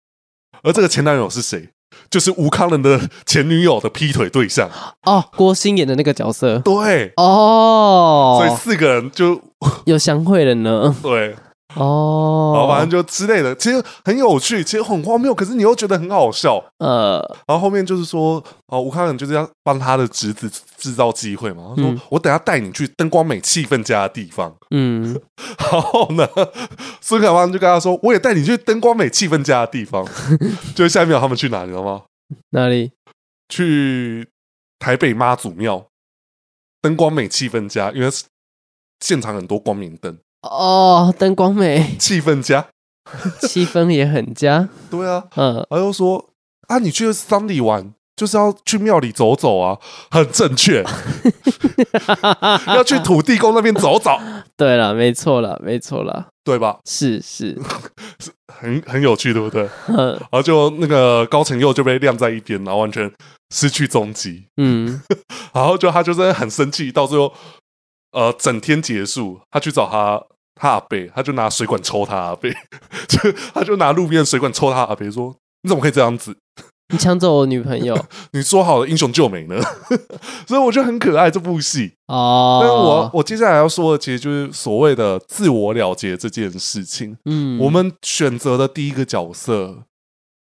A: 而这个前男友是谁？就是吴康仁的前女友的劈腿对象。
B: 哦，郭鑫演的那个角色。
A: 对，所以
B: 哦，
A: 四个人就
B: 有相会了呢。
A: 对。然
B: 哦
A: 后，反正就之类的，其实很有趣，其实很荒谬，可是你又觉得很好笑。
B: 呃，
A: 然后后面就是说，哦，吴康仁就是要帮他的侄子制造机会嘛。他说：“
B: 嗯
A: 我等下带你去灯光美气氛佳的地方。 <laughs>
B: 嗯，”
A: 然后呢，孙可芳就跟他说：“我也带你去灯光美气氛佳的地
B: <laughs>
A: 方。”就下一秒他们去哪，你知道吗？
B: 哪里？
A: 去台北妈祖庙灯光美气氛佳，因为是现场很多光明灯，
B: 哦，灯光 <laughs> 美，
A: 气氛佳。
B: 气氛也很佳。
A: 对啊，
B: 嗯，
A: 他就说：“啊，你去丧礼玩，就是要去庙里走走啊，很正确，要去土地公那边走走，
B: <laughs> 对了，没错了，没错了，
A: 对吧？
B: 是是，
A: 很很有趣，对不对？
B: 嗯
A: 然后就那个高成佑就被晾在一边，然后完全失去踪迹。
B: 嗯，
A: 然后就他就是很生气，到最后，呃，整天结束，他去找他他阿贝，他就拿水管抽他阿贝， <laughs> 就他就拿路边的水管抽他阿贝，说你怎么可以这样子？
B: 你抢走我女朋
A: <laughs>
B: 友
A: 你说好的英雄救美呢？ <laughs> 所以我觉得很可爱这部戏。
B: 哦？
A: 但是我我接下来要说的，其实就是所谓的自我了结这件事情。
B: 嗯，
A: 我们选择的第一个角色，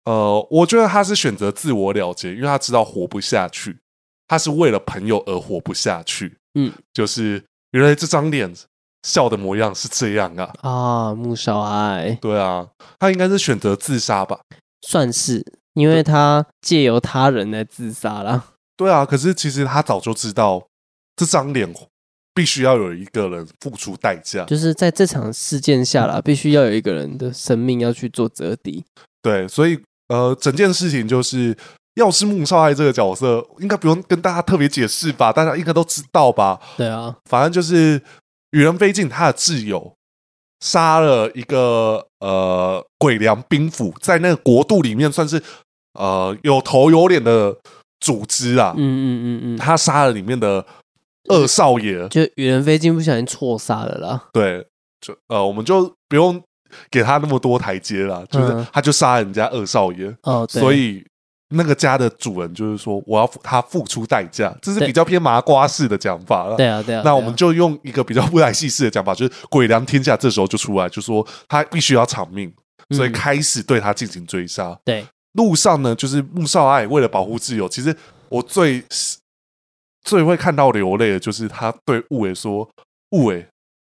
A: 呃，我觉得他是选择自我了结，因为他知道活不下去，他是为了朋友而活不下去。
B: 嗯，
A: 就是原来这张脸笑的模样是这样啊，
B: 啊，穆少爱
A: 对啊，他应该是选择自杀吧？
B: 算是，因为他借由他人来自杀啦。
A: 对啊，可是其实他早就知道这张脸必须要有一个人付出代价，
B: 就是在这场事件下
A: 嗯
B: 啦，必须要有一个人的生命要去做折抵。
A: 对，所以呃，整件事情就是，要是穆少爱这个角色，应该不用跟大家特别解释吧，大家应该都知道吧。
B: 对啊，
A: 反正就是羽人飞进他的挚友杀了一个呃鬼良兵府，在那个国度里面算是呃有头有脸的组织啊。
B: 嗯嗯嗯嗯，
A: 他杀了里面的二少爷，
B: 就羽人飞进不小心错杀了啦。
A: 对，就呃，我们就不用给他那么多台阶啦，就是
B: 嗯
A: 他就杀人家二少爷，
B: 哦，对
A: 所以那个家的主人就是说我要付他付出代价，这是
B: 对
A: 比较偏麻瓜式的讲法了。
B: 对啊，对啊，
A: 那
B: 对
A: 我
B: 啊
A: 们就用一个比较布莱西式的讲法，就是鬼良天下这时候就出来，就说他必须要偿命，所以
B: 嗯
A: 开始对他进行追杀。
B: 对
A: 路上呢，就是穆少爱为了保护挚友，其实我最最会看到流泪的就是他对雾伟说：“雾伟，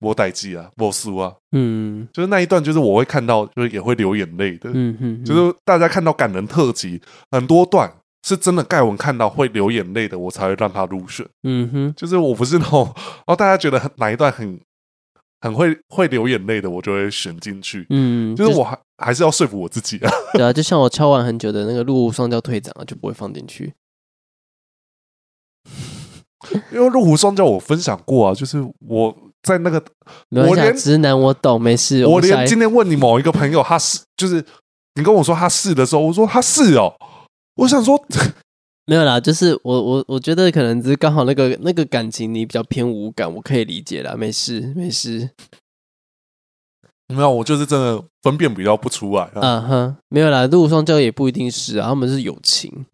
A: 我逮鸡啊，我输啊。
B: 嗯”
A: 就是那一段，就是我会看到，就是也会流眼泪的。
B: 嗯嗯，
A: 就
B: 嗯
A: 是大家看到感人特辑，很多段是真的盖文看到会流眼泪的，我才会让他入选。
B: 嗯哼，
A: 就是我不是那种，哦，大家觉得很哪一段很很会会流眼泪的，我就会选进去。
B: 嗯，
A: 就是我还还是要说服我自己啊。 <laughs>
B: 对啊，就像我敲完很久的那个陆无双叫退长啊，就不会放进去。
A: 因为《路虎双骄》我分享过啊，就是我在那个，
B: 没关系啊
A: 连
B: 直男我懂，没事。
A: 我
B: 们下
A: 连
B: 一
A: 今天问你某一个朋友，他是就是你跟我说他是的时候，我说他是哦，我想说 <laughs>
B: 没有啦，就是我我我觉得可能只是刚好那个那个感情你比较偏无感，我可以理解啦，没事没事。
A: 没有，我就是真的分辨比较不出来啊。
B: 啊哈，没有啦，陆无双教也不一定是啊，他们是友情。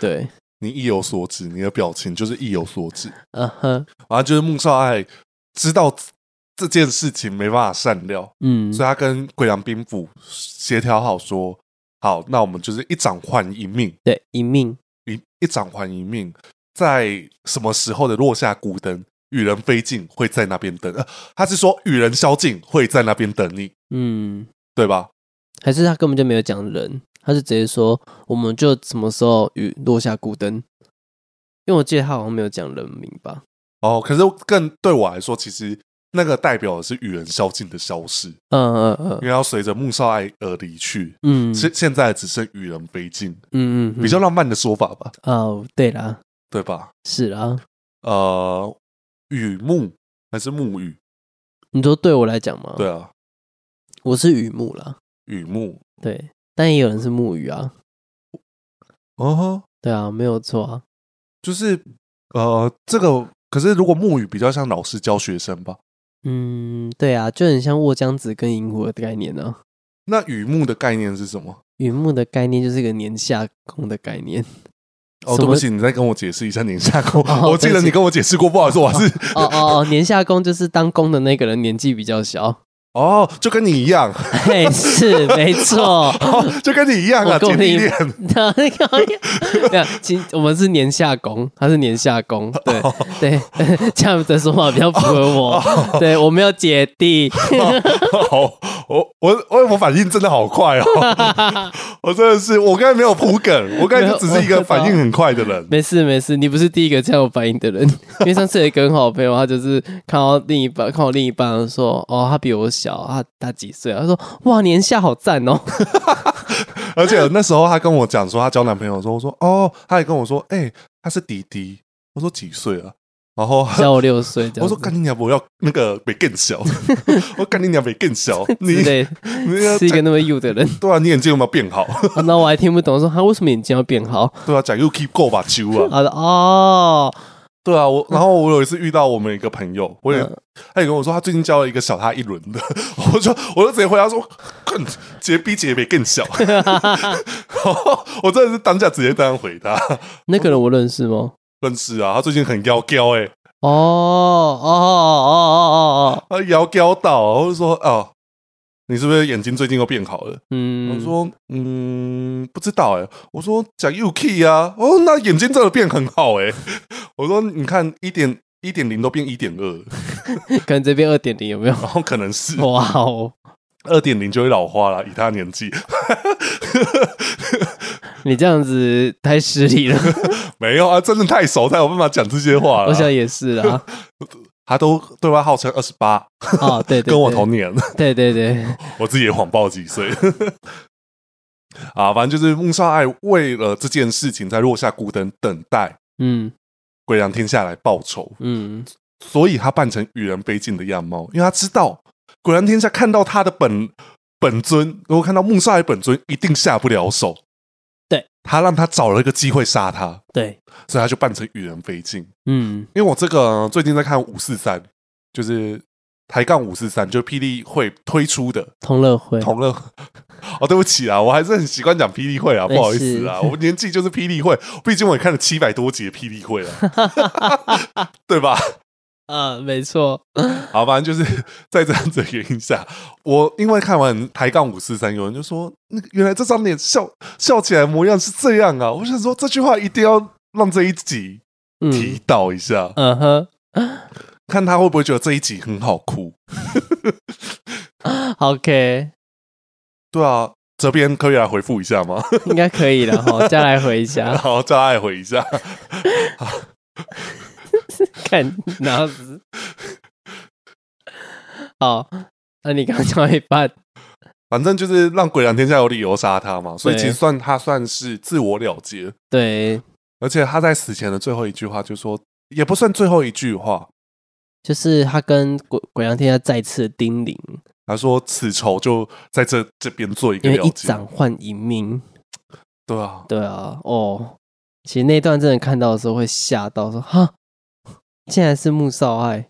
B: 对，
A: 你意有所指，你的表情就是意有所指。
B: 啊哈，
A: 然后就是穆少爱知道这件事情没办法善了，
B: 嗯
A: 所以他跟桂良兵府协调好说，好，那我们就是一掌还一命。
B: 对，一命，
A: 一一掌还一命，在什么时候的落下孤灯，与人飞尽会在那边等。呃，他是说与人宵禁会在那边等你，
B: 嗯，
A: 对吧？
B: 还是他根本就没有讲人，他是直接说我们就什么时候雨落下孤灯，因为我记得他好像没有讲人名吧？
A: 哦，可是更对我来说，其实那个代表的是与人宵禁的消逝，
B: 嗯嗯嗯
A: 因为要随着穆少爱而离去。
B: 嗯，
A: 现现在只剩与人飞尽，
B: 嗯嗯嗯
A: 比较浪漫的说法吧，
B: 哦，对啦，
A: 对吧？
B: 是啦，
A: 呃，雨木还是木雨？
B: 你说对我来讲吗？
A: 对，啊，
B: 我是雨木啦，
A: 雨木。
B: 对，但也有人是木鱼啊，
A: 哦吼、
B: 对啊，没有错啊，
A: 就是呃，这个可是如果木语比较像老师教学生吧，
B: 嗯，对啊，就很像沃江子跟银狐的概念啊。
A: 那雨木的概念是什么？
B: 雨木的概念就是一个年下攻的概
A: <laughs>
B: 念，
A: 哦，
B: 什
A: 对
B: 么
A: 不起，你再跟我解释一下年 <laughs> 下攻。
B: 哦
A: 我记
B: 对不
A: 得
B: 起
A: 你跟我解释过，不好意思，我还是
B: 哦哦哦，年下攻就是当攻的那个人年纪比较小，
A: 哦就跟你一 <laughs> 样，
B: 嘿，是 <laughs> 没错。 <laughs>
A: 哦就跟你一样啊，
B: 我
A: 姐
B: 跟
A: 弟
B: 你
A: 恋。 <laughs>
B: 那个，没有其我们是年下攻，他是年下攻，对
A: 哦
B: <laughs> 对，这样的说法比较符合
A: 哦
B: 我。对我没有姐弟，
A: 好，我我我我反应真的好快哦， <laughs> 我真的是我刚才没有铺梗，我刚才就只是一个反应很快的人。
B: 没事没事，你不是第一个这样有反应的人。因为上次有一个很好的朋友，他就是看到另一半，看我另一半说，哦，他比我小，他他几岁啊？他说，哇，年下好赞哦。
A: 而且那时候她跟我讲说她交男朋友的时候，我说哦，她还跟我说，哎，他是弟弟，我说几岁啊？然后
B: 小我六岁这
A: 我
B: 样子。
A: 说干你娘，我要那个比更
B: <laughs>
A: 小，我干你娘比更小，你
B: 之类，
A: 你要
B: 是一个
A: 讲
B: 那么幼的人，
A: 对啊，你眼睛有没有变好？ <laughs>
B: 然后我还听不懂，说他为什么眼睛要变好？
A: 对啊，讲 you keep go 吧，秋啊，
B: 他说哦，
A: 对啊，我然后我有一次遇到我们一个朋友，我也
B: 嗯
A: 他也跟我说他最近交了一个小他一轮的， <laughs> 我就我就直接回答说，更姐比姐比更
B: <laughs>
A: 小，然后我真的是当下直接这样回他，
B: 那个人我认识吗？
A: 认识啊，他最近很妖娇哎，
B: 哦哦哦哦哦哦，
A: 他妖娇到，我就说哦，你是不是眼睛最近又变好了？
B: 嗯，
A: 我说，嗯，不知道哎、我说讲 UK 啊，哦，那眼睛真的变很好哎、 <laughs> 我说，你看一点一点零都变一点二，
B: 可能这边二点零有没有？
A: <laughs> 然后可能是
B: 哇哦，
A: 二点零就会老花了，以他年纪，
B: 你这样子太失礼了，
A: 没有啊，真的太熟才有办法讲这些话
B: 我
A: 了。
B: 想也是
A: <laughs>
B: 啦。
A: 他都对外号称二十八，
B: 哦，对对对，
A: 跟我同年， <laughs>
B: 对对对，
A: 我自己也谎报几岁。 <laughs> 啊，反正就是穆少爱为了这件事情在落下孤灯，等待
B: 嗯
A: 鬼良天下来报仇。
B: 嗯
A: 所以他扮成与人非近的样貌，因为他知道果然天下看到他的本本尊，如果看到穆少海本尊，一定下不了手。
B: 对
A: 他让他找了一个机会杀他，
B: 对，
A: 所以他就扮成与人非近。
B: 嗯
A: 因为我这个最近在看五四三，就是抬杠五四三，就是霹雳会推出的
B: 同乐会，
A: 同乐。 <laughs> 哦，对不起啦，我还是很习惯讲霹雳会啊，不好意思啦，我年纪就是霹雳会，毕竟我也看了七百多集的霹雳会了，对吧？
B: 嗯，没错，
A: 好，反正就是 <laughs> 在这样子的原因下，我因为看完《抬杠五四三》，有人就说，那个原来这张脸笑笑起来的模样是这样啊！我想说这句话一定要让这一集
B: 嗯
A: 提到一下，
B: 嗯哼，
A: 看他会不会觉得这一集很好哭。
B: OK，
A: 对啊，这边可以来回复一下吗？
B: 应该可
A: <laughs>
B: 以了哈，再来回一下，
A: 好，再爱回一下。
B: 看脑子。好，那你刚刚讲到一半，
A: 反正就是让鬼两天下有理由杀他嘛，所以
B: 对
A: 其实算他算是自我了结，
B: 对，
A: 而且他在死前的最后一句话就说，也不算最后一句话，
B: 就是他跟鬼鬼狼天下再次叮咛，
A: 他说此仇就在这这边做一个
B: 因为
A: 了
B: 一
A: 结，
B: 掌换一命。
A: 对啊，
B: 对啊，哦，其实那段真的看到的时候会吓到说，哈，竟然是穆少爱，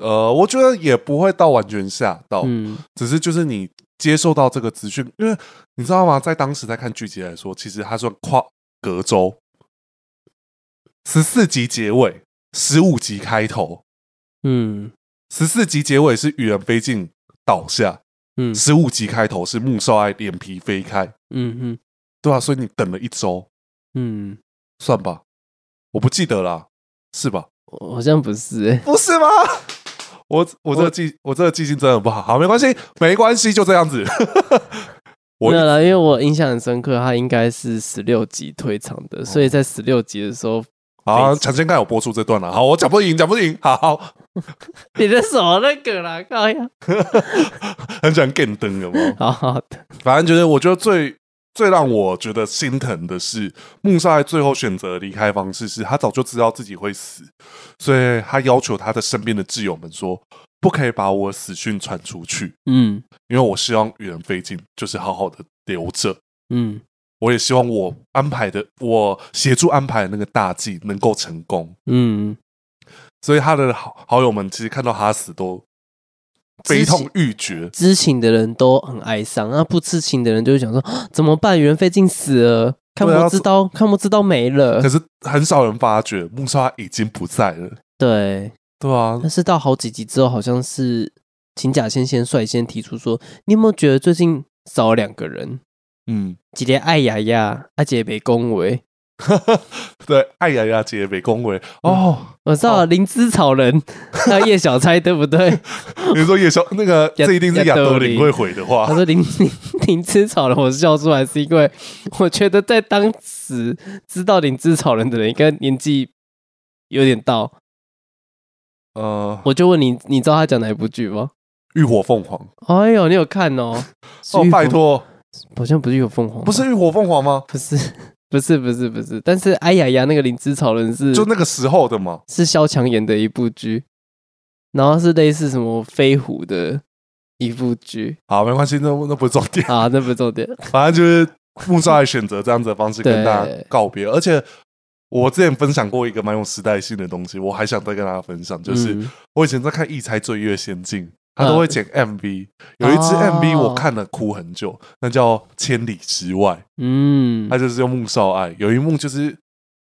A: 呃，我觉得也不会到完全吓到，
B: 嗯，
A: 只是就是你接受到这个资讯，因为你知道吗，在当时在看剧集来说，其实它算跨隔周，十四集结尾，十五集开头，
B: 嗯
A: 十四集结尾是羽人飞进倒下，
B: 嗯
A: 十五集开头是穆少爱脸皮飞开，
B: 嗯嗯
A: 对啊，所以你等了一周，
B: 嗯，
A: 算吧，我不记得啦，是吧？
B: 我好像不是、欸，
A: 不是吗？我我这个记我这个记性真的很不好，好没关系，没关系，就这样 <laughs> 子。我
B: 没有啦，因为我印象很深刻，它应该是十六集退场
A: 哦
B: 的，所以在十六集的时候，
A: 好，啊抢先看有播出这段了。好，我讲不赢，讲不赢。好，
B: 你的手那个啦，靠呀，
A: 很想 g 灯，有没 <laughs> 有？
B: 好好的，
A: 反正就是，我觉得最最让我觉得心疼的是，穆少爱最后选择的离开方式是他早就知道自己会死，所以他要求他的身边的挚友们说，不可以把我死讯传出去，
B: 嗯
A: 因为我希望与人飞尽，就是好好的留着。
B: 嗯
A: 我也希望我安排的，我协助安排的那个大计能够成功。
B: 嗯，
A: 所以他的好好友们其实看到他死都悲痛欲绝，
B: 知情的人都很哀伤，那不知情的人就会想说 <gasps> 啊怎么办？袁飞竟死了，看
A: 对啊
B: 莫之刀，看莫之刀没了
A: 可，是很少人发觉穆莎已经不在了。
B: 对，
A: 对啊
B: 但，是到好几集之后，好像是秦假先先率先提出说，你有没有觉得最近少了两个人？
A: 嗯，
B: 一个爱雅雅，啊，一个被恭维。
A: 对，艾雅雅姐被恭维哦。
B: 我知道了灵芝
A: <laughs>
B: 草人，还有叶小钗，对不对？嗯
A: 你说叶小那个，
B: 亚
A: 这一定是亚
B: 亚
A: 德
B: 德
A: 林
B: 林 <laughs>
A: 会回的话
B: 他，说灵灵灵芝草人，我笑出来是因为我觉得在当时知道灵芝草人的人，应该年纪有点到。
A: 呃，
B: 我就问你，你知道他讲哪一部剧吗？
A: 浴火凤凰
B: 哎呦，你有看哦？
A: 哦，拜，托，
B: 好像不是有凤凰吗，
A: 不是浴火凤凰吗？
B: 不是，不是，不是，不是。但是哎呀呀，那个灵芝草人是
A: 就那个时候的嘛。
B: 是萧蔷演的一部剧，然后是类似什么飞虎的一部剧
A: 好，没关系，那那不是重点，
B: 啊，那不是重点。
A: 反正就是穆少爱选择这样子的方式跟
B: 对
A: 大家告别，而且。我之前分享过一个蛮有时代性的东西，我还想再跟大家分享， <laughs> 就是、
B: 嗯啊
A: 我以前在看《异才罪月仙境》，他都会剪 MV，、有一支
B: 哦
A: MV 我看了哭很久，那叫《千里之外》，
B: 嗯
A: 他就是用穆少爱，有一幕就是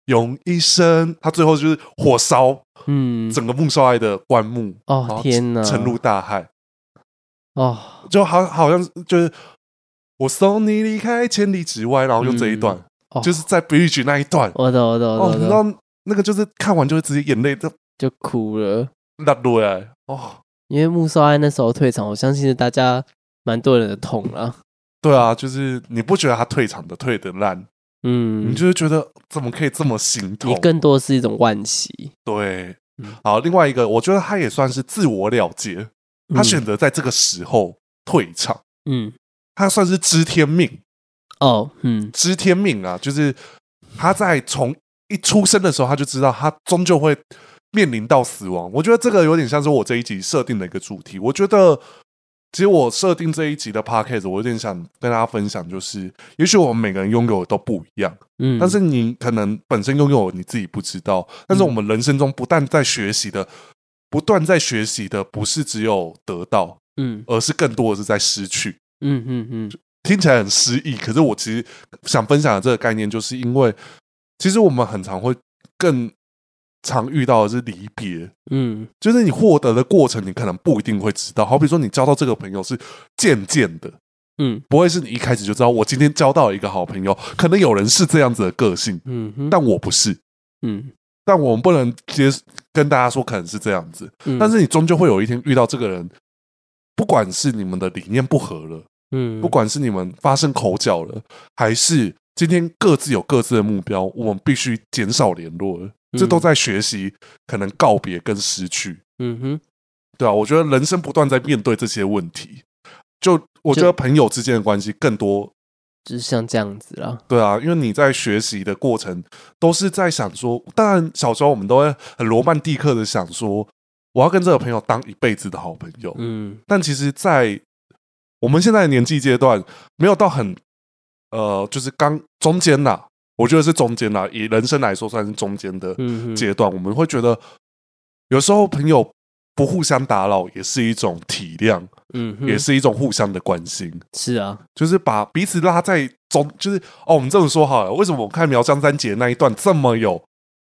A: 用一生，他最后就是火烧
B: 嗯，
A: 整个穆少爱的棺木，然
B: 哦
A: 后
B: 天哪，
A: 沉入大海，
B: 哦
A: 就好好像就是我送你离开千里之外，然后用这一段，
B: 哦，
A: 就是在 bridge 那一段，
B: 我懂我懂我
A: 哦，你
B: 懂我
A: 知
B: 懂，
A: 道那个就是看完就会直接眼泪就
B: 就哭了。
A: 落落来，哦，
B: 因为穆少安那时候退场，我相信是大家蛮多人的痛了。
A: 对啊，就是你不觉得他退场的退的烂？
B: 嗯，
A: 你就会觉得怎么可以这么心痛
B: 也？更多是一种惋惜。
A: 对
B: 嗯，
A: 好，另外一个，我觉得他也算是自我了结，他
B: 嗯
A: 选择在这个时候退场，
B: 嗯
A: 他算是知天命，
B: 哦嗯
A: 知天命啊，就是他在从一出生的时候，他就知道他终究会面临到死亡。我觉得这个有点像是我这一集设定的一个主题。我觉得，其实我设定这一集的 podcast，我有点想跟大家分享，就是也许我们每个人拥有的都不一样。
B: 嗯，
A: 但是你可能本身拥有你自己不知道，但是
B: 嗯
A: 我们人生中不但在学习的不断在学习的不是只有得到，
B: 嗯
A: 而是更多的是在失去。
B: 嗯嗯嗯，
A: 听起来很诗意，可是我其实想分享的这个概念，就是因为其实我们很常会更常遇到的是离别，
B: 嗯
A: 就是你获得的过程，你可能不一定会知道。好比说，你交到这个朋友是渐渐的，
B: 嗯
A: 不会是你一开始就知道我今天交到一个好朋友。可能有人是这样子的个性，
B: 嗯嗯，
A: 但我不是。
B: 嗯
A: 但我们不能接跟大家说可能是这样子，
B: 嗯，
A: 但是你终究会有一天遇到这个人，不管是你们的理念不合了，
B: 嗯
A: 不管是你们发生口角了，还是今天各自有各自的目标，我们必须减少联络了。这都在学习可能告别跟失去，
B: 嗯哼
A: 对啊，我觉得人生不断在面对这些问题。就我觉
B: 就
A: 得朋友之间的关系更多
B: 就是像这样子啦，
A: 对啊，因为你在学习的过程都是在想说，当然小时候我们都会很罗曼蒂克的想说，我要跟这个朋友当一辈子的好朋友。
B: 嗯
A: 但其实，在我们现在的年纪阶段，没有到很呃，就是刚中间呐、我觉得是中间呐、以人生来说算是中间的
B: 嗯哼
A: 阶段，我们会觉得有时候朋友不互相打扰也是一种体谅，
B: 嗯哼，
A: 也是一种互相的关心。
B: 是啊，
A: 就是把彼此拉在中，就是哦，我们这么说好了。为什么我看苗江三姐那一段这么有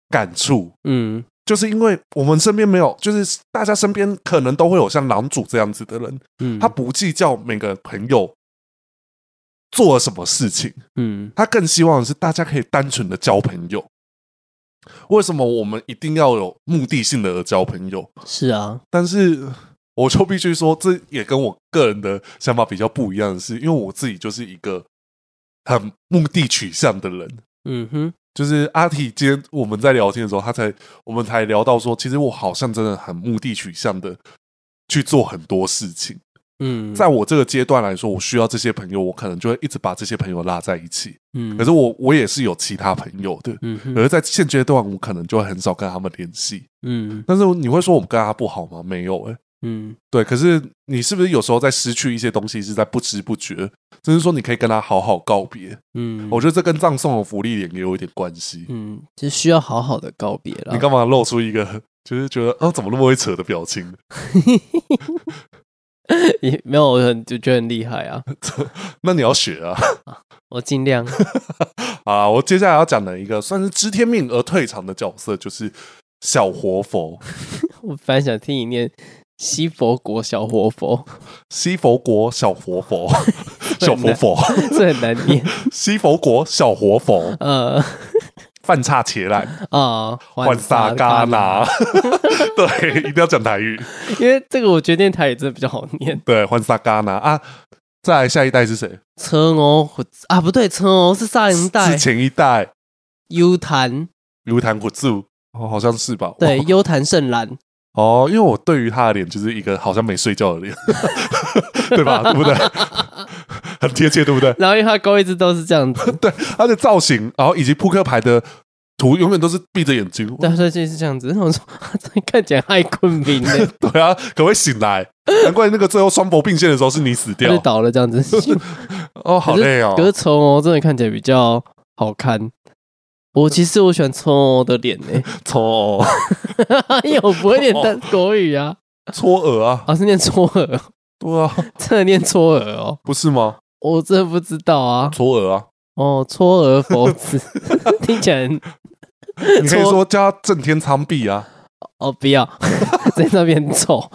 A: 感触？
B: 嗯
A: 就是因为我们身边没有，就是大家身边可能都会有像狼主这样子的人，
B: 嗯，
A: 他不计较每个朋友做了什么事情，
B: 嗯
A: 他更希望的是大家可以单纯的交朋友。为什么我们一定要有目的性的交朋友？
B: 是啊，
A: 但是我就必须说，这也跟我个人的想法比较不一样的是，因为我自己就是一个很目的取向的人。
B: 嗯哼
A: 就是阿体今天我们在聊天的时候，他才我们才聊到说，其实我好像真的很目的取向的去做很多事情。
B: 嗯，
A: 在我这个阶段来说，我需要这些朋友，我可能就会一直把这些朋友拉在一起。
B: 嗯
A: 可是我我也是有其他朋友的，
B: 嗯哼
A: 可是在现阶段，我可能就会很少跟他们联系。
B: 嗯
A: 但是你会说我们跟他不好吗？没有、欸，
B: 嗯
A: 对，可是你是不是有时候在失去一些东西，是在不知不觉，就是说你可以跟他好好告别？
B: 嗯，
A: 我觉得这跟葬送的福利脸也有一点关系。
B: 嗯，啊就需要好好的告别了。
A: 你干嘛露出一个就是觉得啊怎么那么会扯的表情？
B: 也没有，我很就觉得很厉害啊，
A: 那你要学啊！
B: 我尽
A: <laughs>
B: 量。
A: 啊，我接下来要讲的一个算是知天命而退场的角色，就是小活 <laughs> 佛
B: 我反正想听你念西佛国小活佛， <laughs>
A: 西佛国小活 <laughs> 佛小活佛
B: 这很难念。
A: 西佛国小活佛
B: 呃
A: 饭叉切烂
B: 啊，
A: <laughs> 换萨嘎拿， <laughs> 对，一定要讲台语。
B: 因为这个我觉得念台语真的比较好念。
A: 对，换萨嘎拿啊。再来下一代是谁？
B: 车哦啊，不对，车哦是萨林代
A: 是前一代
B: 优坛，
A: 如谈虎柱，哦，好像是吧？
B: 对
A: 哇
B: 优坛圣兰，
A: 哦，因为我对于他的脸就是一个好像没睡觉的脸， <laughs> 对吧？对不 <laughs> 对？很贴切，对不对？
B: 然后因为他勾一直都是这样子，
A: <laughs> 对，他的造型，然后以及扑克牌的图，永远都是闭着眼睛。
B: 对，所以就是这样子。然后我说，这看起来爱昆明呢，
A: <laughs> 对啊，可不可以醒
B: <laughs>
A: 来？难怪那个最后双搏并线的时候是你死
B: 他就
A: 掉。
B: 倒了
A: <laughs>
B: 这样子。
A: 哦，好累哦
B: 可。是丑哦真的看起来比较好看。我其实我喜欢丑哦的脸呢、 <laughs>
A: 搓哦
B: 因为我不会念单国语啊，
A: <laughs> 搓耳啊，
B: 啊是念搓耳，
A: 对啊，
B: <laughs> 真的念搓耳哦，
A: 不是吗？
B: 我真的不知道啊。
A: 搓耳
B: <laughs>
A: 啊，
B: 哦，搓耳佛子 <laughs> 听起来很
A: 你可以说叫他震天苍壁啊。
B: 哦不要， <laughs> 在那边丑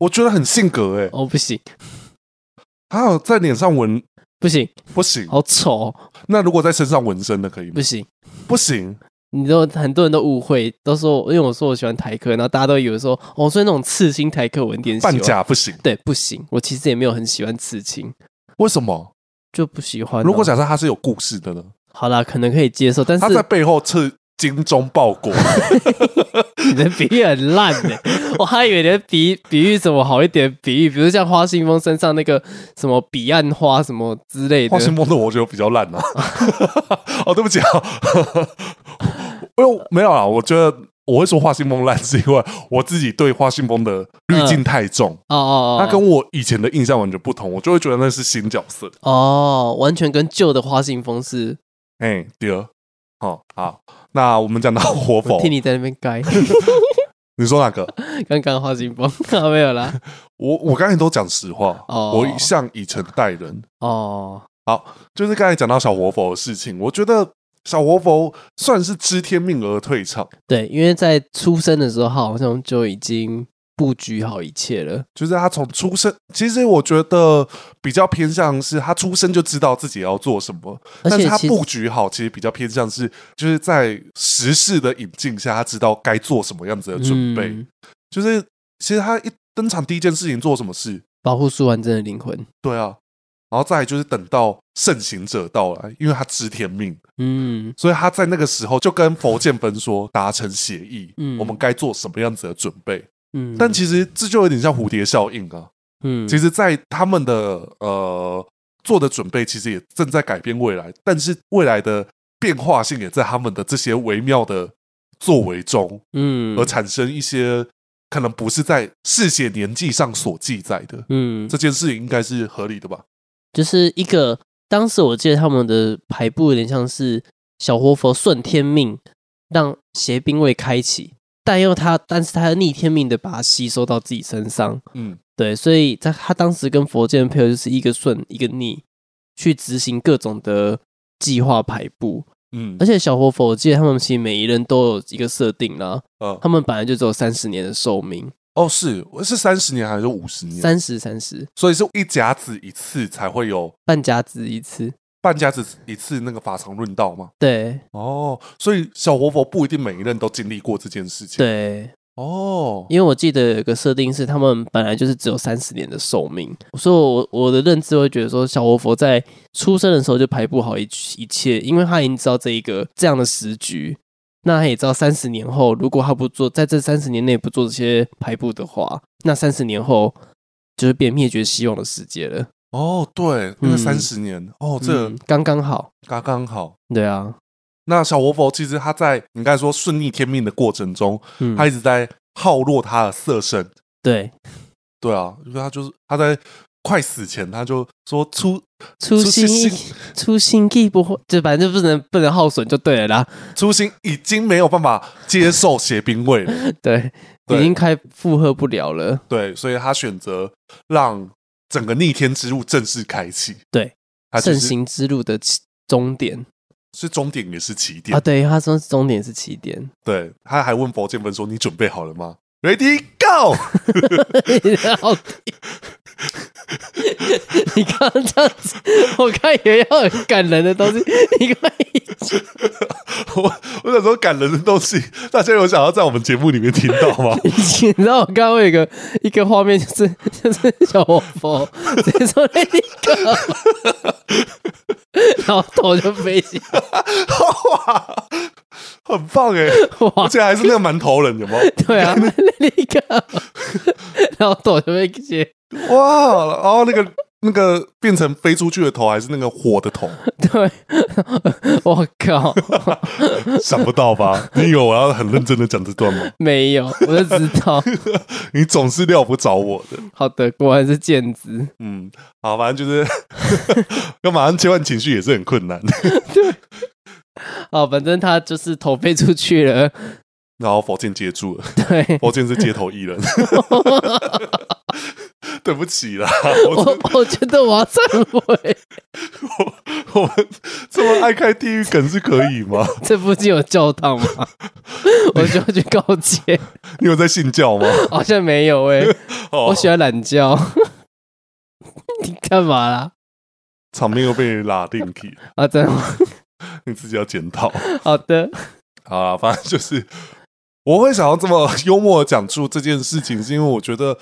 A: 我觉得很性格哎、
B: 哦不行
A: 他有在脸上纹
B: 不行，
A: 不行，
B: 好丑哦
A: 那如果在身上纹身的可以吗
B: 不？行。
A: 不行，
B: 你知道很多人都误会，都说因为我说我喜欢台客，然后大家都以为说哦，所以那种刺青台客我一点喜
A: 半
B: 欢。
A: 甲不行，
B: 对，不行，我其实也没有很喜欢刺青，
A: 为什么？
B: 就不喜欢啊、
A: 如果假设他是有故事的呢？
B: 好啦，可能可以接受，但是
A: 他在背后刺精忠报国，
B: <laughs> 你的比喻很烂呢、 <laughs> 我还以为你的比比喻什么好一点的比喻，比如像花信风身上那个什么彼岸花什么之类的
A: 花。心梦的我觉得比较烂啊。 <laughs> 哦，对不起啊， <laughs> 因为没有啊，我觉得我会说花心梦烂，是因为我自己对花心梦的滤镜太重，
B: 哦哦
A: 他
B: 哦，
A: 跟我以前的印象完全不同，我就会觉得那是新角色。
B: 哦，完全跟旧的花信风是，
A: 哎，第二，哦，好，那我们讲到活
B: 我 <laughs>
A: 佛
B: 听，你在那边改。
A: 你说哪个？
B: 刚刚花心风 <laughs> 啊，没有啦。
A: 我我刚才都讲实话，
B: 哦
A: 我一向以诚待人。
B: 哦，
A: 就是刚才讲到小活佛的事情，我觉得小活佛算是知天命而退场，
B: 对，因为在出生的时候，他好像就已经布局好一切了。
A: 就是他从出生，其实我觉得比较偏向是他出生就知道自己要做什么，
B: 而
A: 但
B: 且
A: 是他
B: 其实
A: 布局好，其实比较偏向是就是在时事的引进下，他知道该做什么样子的准备。
B: 嗯
A: 就是其实他一登场第一件事情做什么事？
B: 保护苏完真的灵魂。
A: 对啊，然后再来就是等到盛行者到来，因为他知天命，
B: 嗯，
A: 所以他在那个时候就跟佛剑分说达成协议，
B: 嗯
A: 我们该做什么样子的准备。
B: 嗯，
A: 但其实这就有点像蝴蝶效应啊。
B: 嗯，
A: 其实，在他们的呃做的准备，其实也正在改变未来，但是未来的变化性也在他们的这些微妙的作为中，
B: 嗯
A: 而产生一些可能不是在嗜血年纪上所记载的。
B: 嗯，
A: 这件事情应该是合理的吧？
B: 就是一个当时我记得他们的排布有点像是小活佛顺天命，让邪兵卫开启，但又他但是他逆天命的把它吸收到自己身上，
A: 嗯，
B: 对，所以在他当时跟佛剑的配合就是一个顺一个逆，去执行各种的计划排布，
A: 嗯
B: 而且小活佛我记得他们其实每一人都有一个设定啦，
A: 呃，
B: 他们本来就只有三十年的寿命，
A: 哦，是是三十年还是五十年？
B: 三十三十
A: 所以是一甲子一次才会有
B: 半甲子一次，
A: 半甲子一次那个法常论道吗？
B: 对
A: 哦，所以小活佛不一定每一任都经历过这件事情。，
B: 对。
A: 哦，
B: 因为我记得有个设定是，他们本来就是只有三十年的寿命，所以我我的认知会觉得说，小活佛在出生的时候就排布好一一切，因为他已经知道这一个这样的时局，那他也知道三十年后，如果他不做在这三十年内不做这些排布的话，那三十年后就是变灭绝希望的世界了。
A: 哦，对，那个
B: 嗯
A: 三十年，哦，这
B: 嗯刚刚好，
A: 刚刚好。
B: 对啊，
A: 那小活佛其实他在你刚才说顺逆天命的过程中，
B: 嗯，
A: 他一直在耗落他的色身。
B: 对，
A: 对啊，因为他就是他在快死前，他就说出
B: 初心
A: 心
B: 意初心意不会，就反正就不能不能耗损就对了啦，
A: 初心已经没有办法接受邪兵卫了。
B: 对，
A: 对
B: 已经开负荷不了了。
A: 对，所以他选择让整个逆天之路正式开启。
B: 对，
A: 他就
B: 盛
A: 是
B: 行之路的起终点
A: 是终点也是起点
B: 啊，。对，他说终点是起点， <laughs>
A: 对，他还问佛剑文说：“你准备好了吗？”Ready go！
B: 然后你刚刚这样子，我看也要很感人的东西， <laughs> 你看一直
A: 我 <laughs> 我想说感人的东西，大家有想要在我们节目里面听到吗？
B: 你知道我刚刚有一个一个画面，就是就是小活佛直接说那个，然后头就飞起来，
A: 哇， <laughs> 很棒哎！
B: 哇
A: 而！且还是那个馒头人，有没
B: <laughs>
A: 有？
B: 对啊，那个，然后头就被接，
A: 哇，然后那个那个变成飞出去的头，还是那个火的头，
B: 对，我靠！
A: 想不到吧？ <laughs> 你以为我要很认真的讲这段吗？
B: <laughs> 没有，我就知道。 <laughs>
A: 你总是料不着我的。
B: 好的，果然是剑子。
A: 嗯，好，反正就是 <laughs> 要马上切换情绪也是很困难。 <laughs>
B: 哦，反正他就是头飞出去了。 <laughs>
A: 然后佛剑接住了，
B: 对，
A: 佛剑是街头艺人。 <laughs> 对不起啦，我
B: 我我觉得我要忏悔， <laughs>
A: <laughs> 我我们这么爱开地狱梗是可以吗？
B: 这附近有教堂
A: <laughs>
B: 吗？我就去告诫。
A: 你有在信教吗？
B: 好像没有诶、
A: 哦
B: 我喜欢懒觉。 <laughs> 你干嘛啦？
A: 场面又被人拉定去，
B: 啊，真的吗？
A: 你自己要检讨。 <laughs>
B: 好的，
A: 好啦，反正就是我会想要这么幽默的讲述这件事情，是因为我觉得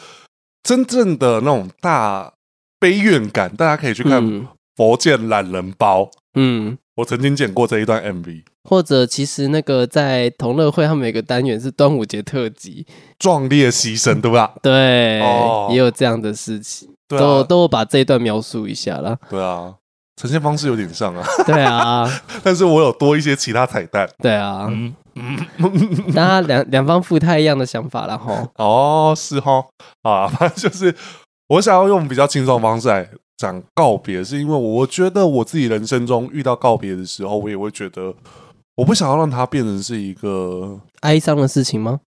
A: 真正的那种大悲怨感，大家可以去看《
B: 嗯
A: 佛剑懒人包》
B: 嗯，
A: 我曾经剪过这一段 MV，《
B: 或者其实那个在同乐会，他们有个单元是端午节特辑，
A: 壮烈牺牲》，对吧？
B: 对，
A: 哦
B: 也有这样的事情。
A: 对
B: 都
A: 啊，
B: 都把这一段描述一下啦。
A: 对啊，呈现方式有点像啊， <laughs>
B: <laughs> 对啊，
A: 但是我有多一些其他彩蛋。
B: 对啊，
A: 嗯嗯。
B: 大家两两方不太一样的想法啦吼。
A: 哦，是哈啊，反正就是我想要用比较轻松的方式来讲告别，是因为我觉得我自己人生中遇到告别的时候，我也会觉得我不想要让它变成是一个
B: 哀伤的事情吗？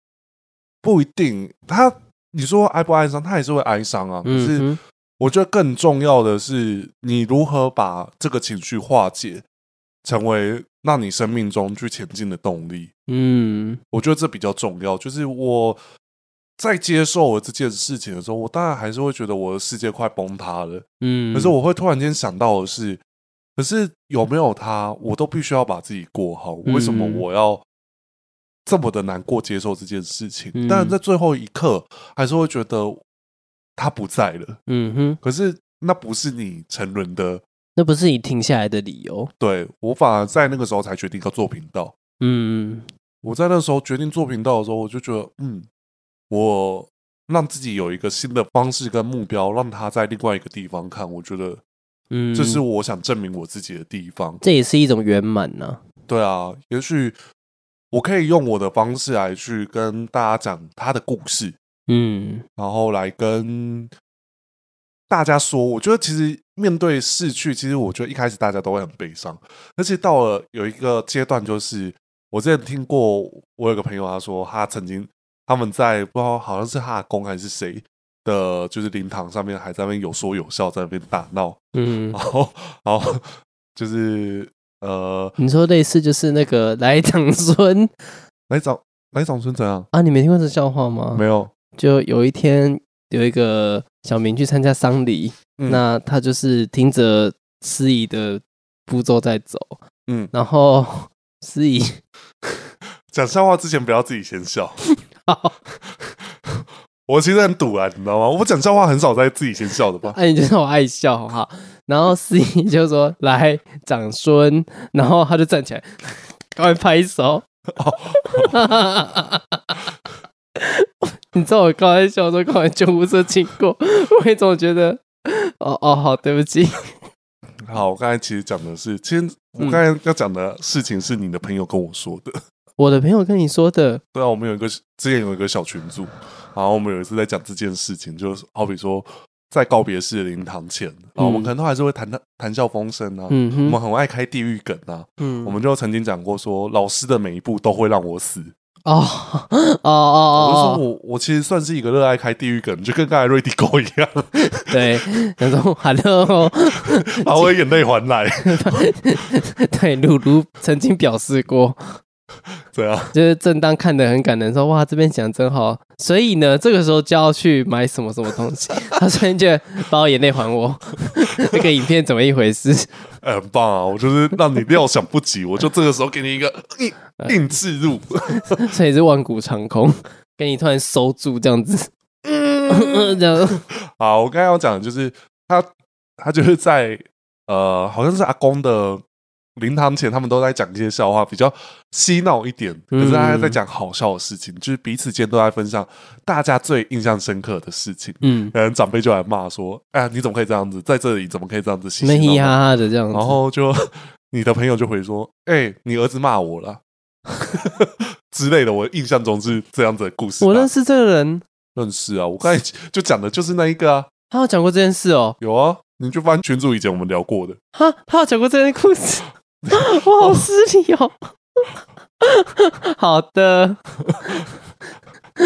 A: 不一定，他你说哀不哀伤，他也是会哀伤啊。可
B: 嗯
A: 是
B: 哼，
A: 我觉得更重要的是，你如何把这个情绪化解，成为让你生命中去前进的动力。
B: 嗯
A: 我觉得这比较重要。就是我在接受我这件事情的时候，我当然还是会觉得我的世界快崩塌了。
B: 嗯，
A: 可是我会突然间想到的是，可是有没有他，我都必须要把自己过好。
B: 嗯
A: 为什么我要这么的难过接受这件事情？
B: 嗯
A: 但在最后一刻，还是会觉得他不在了。
B: 嗯哼，
A: 可是那不是你沉沦的，
B: 那不是你停下来的理由。
A: 对我反而在那个时候才决定要做频道。
B: 嗯
A: 我在那时候决定做频道的时候，我就觉得，嗯，我让自己有一个新的方式跟目标，让他在另外一个地方看。我觉得
B: 嗯，
A: 这是我想证明我自己的地方。
B: 这也是一种圆满呐、
A: 对啊，也许我可以用我的方式来去跟大家讲他的故事，
B: 嗯
A: 然后来跟大家说。我觉得其实面对逝去，其实我觉得一开始大家都会很悲伤，而且到了有一个阶段，就是我之前听过，我有个朋友他说他曾经他们在不知道好像是他阿公还是谁的，就是灵堂上面还在那边有说有笑，在那边打闹，
B: 嗯
A: 然，后然后就是呃
B: 你说类似就是那个来长孙 <laughs>
A: 来找来找孙怎样？
B: 啊，你没听过这笑话吗？
A: 没有，
B: 就有一天有一个小明去参加丧礼，
A: 嗯
B: 那他就是听着司仪的步骤在走，
A: 嗯，
B: 然后司仪 <laughs>
A: 讲笑话之前不要自己先笑。
B: 好，
A: 我其实很堵啊，你知道吗？我讲笑话很少在自己先笑的吧？
B: 哎、你觉得我爱笑好不好？然后司仪就说来长孙，然后他就站起来，赶快拍手。 <laughs> 你知道我刚才笑说，刚才救护车经过，我也总觉得，哦哦，好，对不起，
A: 好，我刚才其实讲的是，其实我
B: 呃嗯
A: 刚才要讲的事情是你的朋友跟我说的。 <laughs>
B: 我的朋友跟你说的，
A: 对啊，我们有一个之前有一个小群组，然后我们有一次在讲这件事情，就是好比说在告别式的灵堂前，啊，我们可能都还是会谈谈谈笑风生啊，
B: 嗯
A: 我
B: 哼，
A: 们很爱开地狱梗啊，
B: 嗯
A: 我们就曾经讲过说，老师的每一步都会让我死。
B: 哦哦哦
A: 我就说
B: 哦，
A: 我我其实算是一个热爱开地狱梗，就跟刚才瑞迪狗一
B: <laughs>
A: 样，
B: 对，那种 <laughs> hello，
A: 把我的眼泪还来， <laughs>
B: 对，鲁鲁曾经表示过，
A: 这样
B: 就是正当看得很感人，说哇这边讲真好，所以呢，这个时候就要去买什么什么东西。 <laughs> 他突然间把我眼泪还我， <laughs> 这个影片怎么一回事？
A: 哎很棒啊！我就是让你料想不及，我就这个时候给你一个硬硬刺入，
B: 所以是万古长空，给你突然收住这样子，
A: <laughs>
B: 嗯， <laughs> 这样，
A: 啊，我刚才要讲的就是他，他就是在呃，好像是阿公的灵堂前，他们都在讲一些笑话，比较嬉闹一点。可是他
B: 嗯
A: 在讲好笑的事情，就是彼此间都在分享大家最印象深刻的事情。
B: 嗯，
A: 然后长辈就来骂说：“哎，你怎么可以这样子，在这里怎么可以这样子嘻
B: 闷
A: 嘻
B: 嘻
A: 闹闹
B: 哈哈的这样？”子，
A: 然后就 <laughs> 你的朋友就回说：“哎，你儿子骂我了。” <laughs> 之类的，我印象中是这样子的故事吧。
B: 我认识这个人，
A: 认识啊，我刚才就讲的就是那一个啊。
B: 他有讲过这件事哦，
A: 有啊，你去翻群主以前我们聊过的，
B: 哈，他有讲过这件
A: <laughs>
B: 故事，我好失礼哦。好的， <laughs>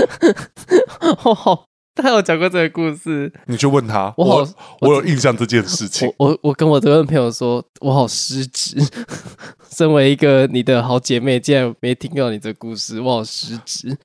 B: 我好，他有讲过这个故事，
A: 你去问他，
B: 我
A: 我
B: 好
A: 我有印象这件事情
B: 我。我我跟我这位朋友说，我好失职， <laughs> 身为一个你的好姐妹，竟然没听到你这故事，我好失职。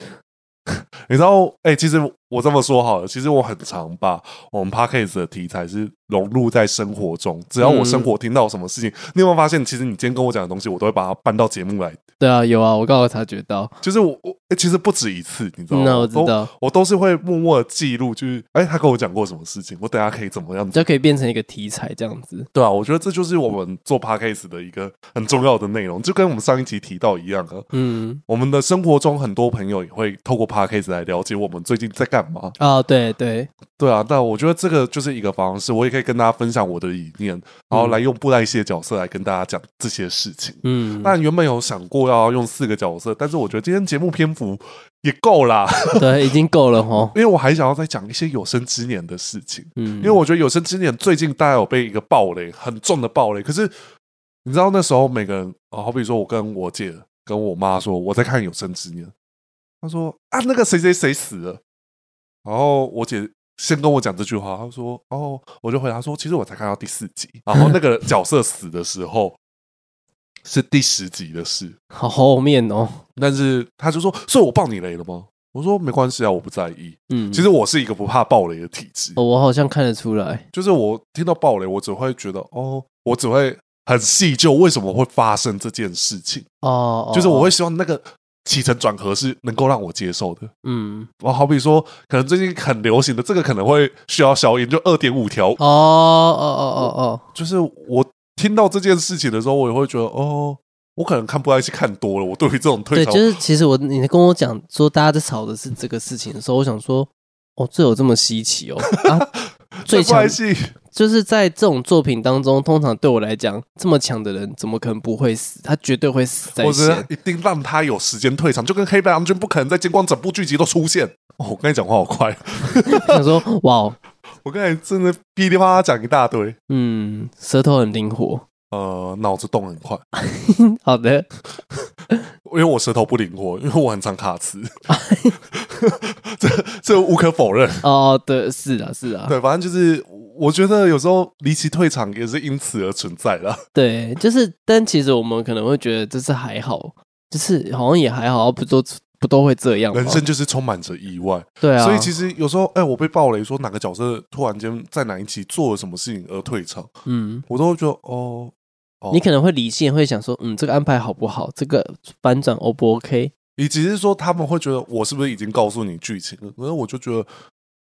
A: 你知道，哎、其实我这么说好了，其实我很常把我们 podcast 的题材是融入在生活中，只要我
B: 嗯
A: 生活听到什么事情，你有没有发现，其实你今天跟我讲的东西，我都会把它搬到节目来。
B: 对啊，有啊，我刚好察觉到，
A: 就是我我、哎其实不止一次，你知道吗？
B: 嗯那我知
A: 都
B: 道，
A: 我都是会默默地记录，就是哎、他跟我讲过什么事情，我等下可以怎么样
B: <laughs> 就可以变成一个题材这样子。
A: 对啊，我觉得这就是我们做 podcast 的一个很重要的内容，就跟我们上一集提到一样啊。
B: 嗯，
A: 我们的生活中很多朋友也会透过 podcast 来了解我们最近在干嘛。
B: 哦，对对，
A: 对啊，那我觉得这个就是一个方式，我也可以跟大家分享我的理念，然后来用布袋戏的角色来跟大家讲这些事情。
B: 嗯，
A: 那原本有想过要用四个角色，但是我觉得今天节目篇幅也够啦，
B: 对，已经够了吼。
A: 因为我还想要再讲一些有生之年的事情。
B: 嗯，
A: 因为我觉得有生之年最近大家有被一个暴雷，很重的暴雷。可是你知哦道那时候每个人，啊，好比说我跟我姐、跟我妈说我在看有生之年，他说啊，那个谁谁谁死了。然后我姐先跟我讲这句话，她说哦，我就回答说，其实我才看到第四集。然后那个角色死的时候是第十集的事，
B: 好后面哦，
A: 但是他就说，所以我爆你雷了吗？我说没关系啊，我不在意。
B: 嗯，
A: 其实我是一个不怕暴雷的体质，
B: 哦我好像看得出来，
A: 就是我听到暴雷，我只会觉得哦，我只会很细究为什么会发生这件事情，
B: 哦，哦
A: 就是我
B: 哦
A: 会希望那个起承转合是能够让我接受的。
B: 嗯，
A: 我好比说，可能最近很流行的这个可能会需要消音，就二点五条，
B: 哦哦哦哦
A: 就是我听到这件事情的时候，我也会觉得哦，我可能看不爱是看多了，我对于这种
B: 哦，对，
A: 退潮
B: 就是其实我你跟我讲说大家在吵的是这个事情的时候，我想说，哦，这有这么稀奇哦，
A: <laughs>
B: 啊，最
A: 对不
B: 强
A: 爱戏，
B: 就是在这种作品当中，通常对我来讲，这么强的人怎么可能不会死？他绝对会死在
A: 我觉得
B: 先。
A: 一定让他有时间退场，就跟黑白郎君不可能在金光整部剧集都出现。哦，我跟你讲话好快，
B: 想说，哇哦，
A: 我刚才真的噼里啪啦讲一大堆，
B: 嗯，舌头很灵活。
A: 呃，脑子动很快，
B: 好的，
A: 因为我舌头不灵活，因为我很常卡词， <laughs> 这这无可否
B: <laughs>
A: 认。
B: 哦，对，是啊，是啊，
A: 对，反正就是我觉得有时候离奇退场也是因此而存在的。
B: 对，就是，但其实我们可能会觉得这是还好，就是好像也还好，不都不都会这样吗。
A: 人生就是充满着意外，
B: 对啊，
A: 所以其实有时候，哎、我被爆雷说哪个角色突然间在哪一集做了什么事情而退场，
B: 嗯，
A: 我都会觉得哦，哦
B: 你可能会理性会想说，嗯，这个安排好不好？这个反转 O 不 OK？
A: 以及是说他们会觉得我是不是已经告诉你剧情了？可是我就觉得，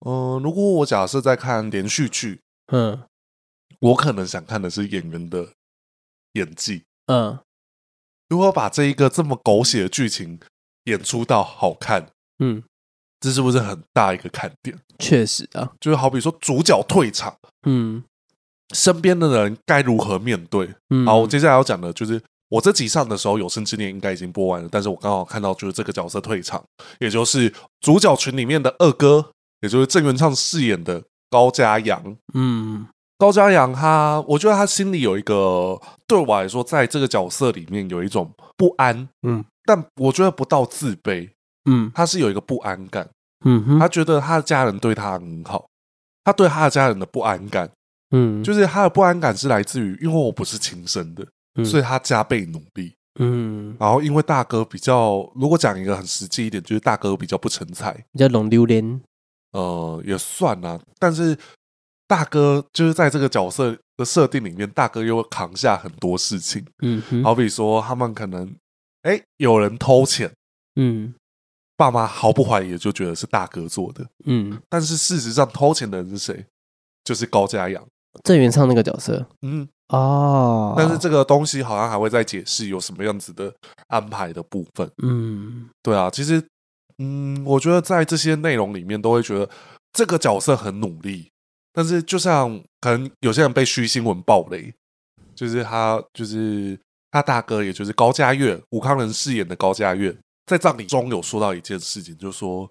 A: 嗯、如果我假设在看连续剧，
B: 嗯
A: 我可能想看的是演员的演技，
B: 嗯
A: 如何把这一个这么狗血的剧情演出到好看，
B: 嗯，
A: 这是不是很大一个看点？
B: 确实啊，
A: 就是好比说主角退场，
B: 嗯
A: 身边的人该如何面对？
B: 嗯，
A: 好，我接下来要讲的就是我这集上的时候，《有生之年》应该已经播完了，但是我刚好看到就是这个角色退场，也就是主角群里面的二哥，也就是郑元畅饰演的高家阳。
B: 嗯
A: 高家阳他，我觉得他心里有一个，对我来说，在这个角色里面有一种不安，
B: 嗯
A: 但我觉得不到自卑，
B: 嗯
A: 他是有一个不安感。
B: 嗯哼，
A: 他觉得他的家人对他很好，他对他的家人的不安感，
B: 嗯
A: 就是他的不安感是来自于，因为我不是亲生的，
B: 嗯
A: 所以他加倍努力。
B: 嗯
A: 然后因为大哥比较，如果讲一个很实际一点，就是大哥比较不成才，
B: 比较冷榴莲，
A: 呃，也算啦、但是大哥就是在这个角色的设定里面，大哥又扛下很多事情，
B: 嗯哼，
A: 好比说他们可能，哎，有人偷钱，
B: 嗯
A: 爸妈毫不怀疑地就觉得是大哥做的，
B: 嗯，
A: 但是事实上偷钱的人是谁？就是高家阳。
B: 郑元畅那个角色
A: 嗯，
B: 哦，
A: 但是这个东西好像还会再解释有什么样子的安排的部分。
B: 嗯
A: 对啊，其实，嗯，我觉得在这些内容里面，都会觉得这个角色很努力，但是就像可能有些人被虚新闻暴雷，就是他就是他大哥，也就是高家岳，武康人饰演的高家岳，在葬礼中有说到一件事情，就说，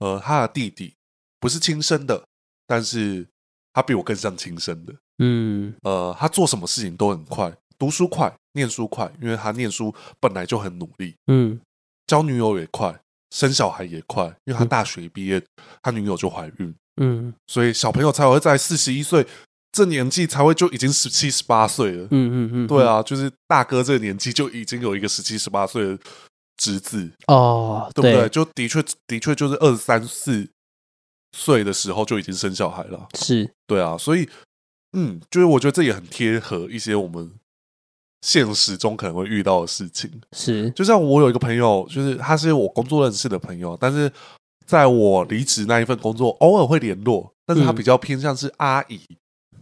A: 呃，他的弟弟不是亲生的，但是他比我更像亲生的。
B: 嗯
A: 呃，他做什么事情都很快，读书快，念书快，因为他念书本来就很努力，
B: 嗯
A: 交女友也快，生小孩也快，因为他大学毕业，他女友就怀孕，
B: 嗯
A: 所以小朋友才会在四十一岁这年纪才会就已经十七十八岁了。
B: 嗯嗯嗯，
A: 对，啊，就是大哥这个年纪就已经有一个十七十八岁的侄子，
B: 哦，
A: 对不对？就的确的确就是二十三四岁的时候就已经生小孩了。
B: 是，
A: 对啊，所以嗯，就是我觉得这也很贴合一些我们现实中可能会遇到的事情。
B: 是，
A: 就像我有一个朋友，就是他是我工作认识的朋友，但是在我离职那一份工作，偶尔会联络，但是他
B: 嗯
A: 比较偏向是阿姨。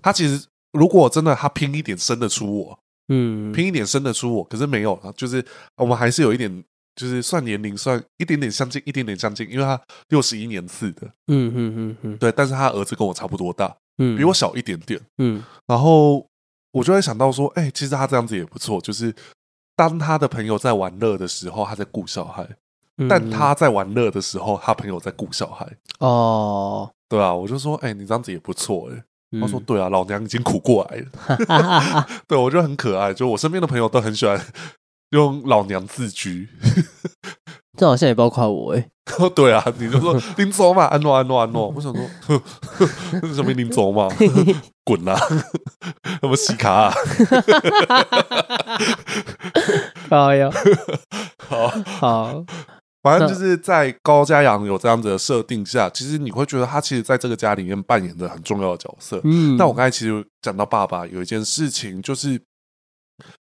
A: 他其实如果真的他拼一点生得出我，
B: 嗯，
A: 拼一点生得出我，可是没有，就是我们还是有一点。就是算年龄，算一点点相近，一点点相近，因为他六十一年次的，
B: 嗯嗯嗯嗯
A: 对，但是他儿子跟我差不多大，
B: 嗯，
A: 比我小一点点，
B: 嗯
A: 然后我就会想到说，哎、其实他这样子也不错，就是当他的朋友在玩乐的时候，他在顾小孩；
B: 嗯，
A: 但他在玩乐的时候，他朋友在顾小孩。
B: 哦，
A: 对啊，我就说，哎、你这样子也不错、哎、他说，
B: 嗯
A: 对啊，老娘已经苦过来了。 <laughs> 对，我觉得很可爱，就我身边的朋 <laughs> 友都很喜欢用老娘自居。 <laughs>
B: <laughs> 这好像也包括我哎，
A: 哦，对啊，你就
B: <laughs>
A: 说林走嘛，安诺安诺安诺，我想说，呵呵这是什么林走
B: <laughs>
A: 嘛，滚啊 <laughs> 啦，什么西卡、啊， <laughs>
B: 好 <laughs> 呀，
A: 好，
B: 哎好，
A: 反正就是在高家阳有这样子的设定下，其实你会觉得他其实在这个家里面扮演着很重要的角色。
B: 嗯，
A: 但我刚才其实讲到爸爸有一件事情，就是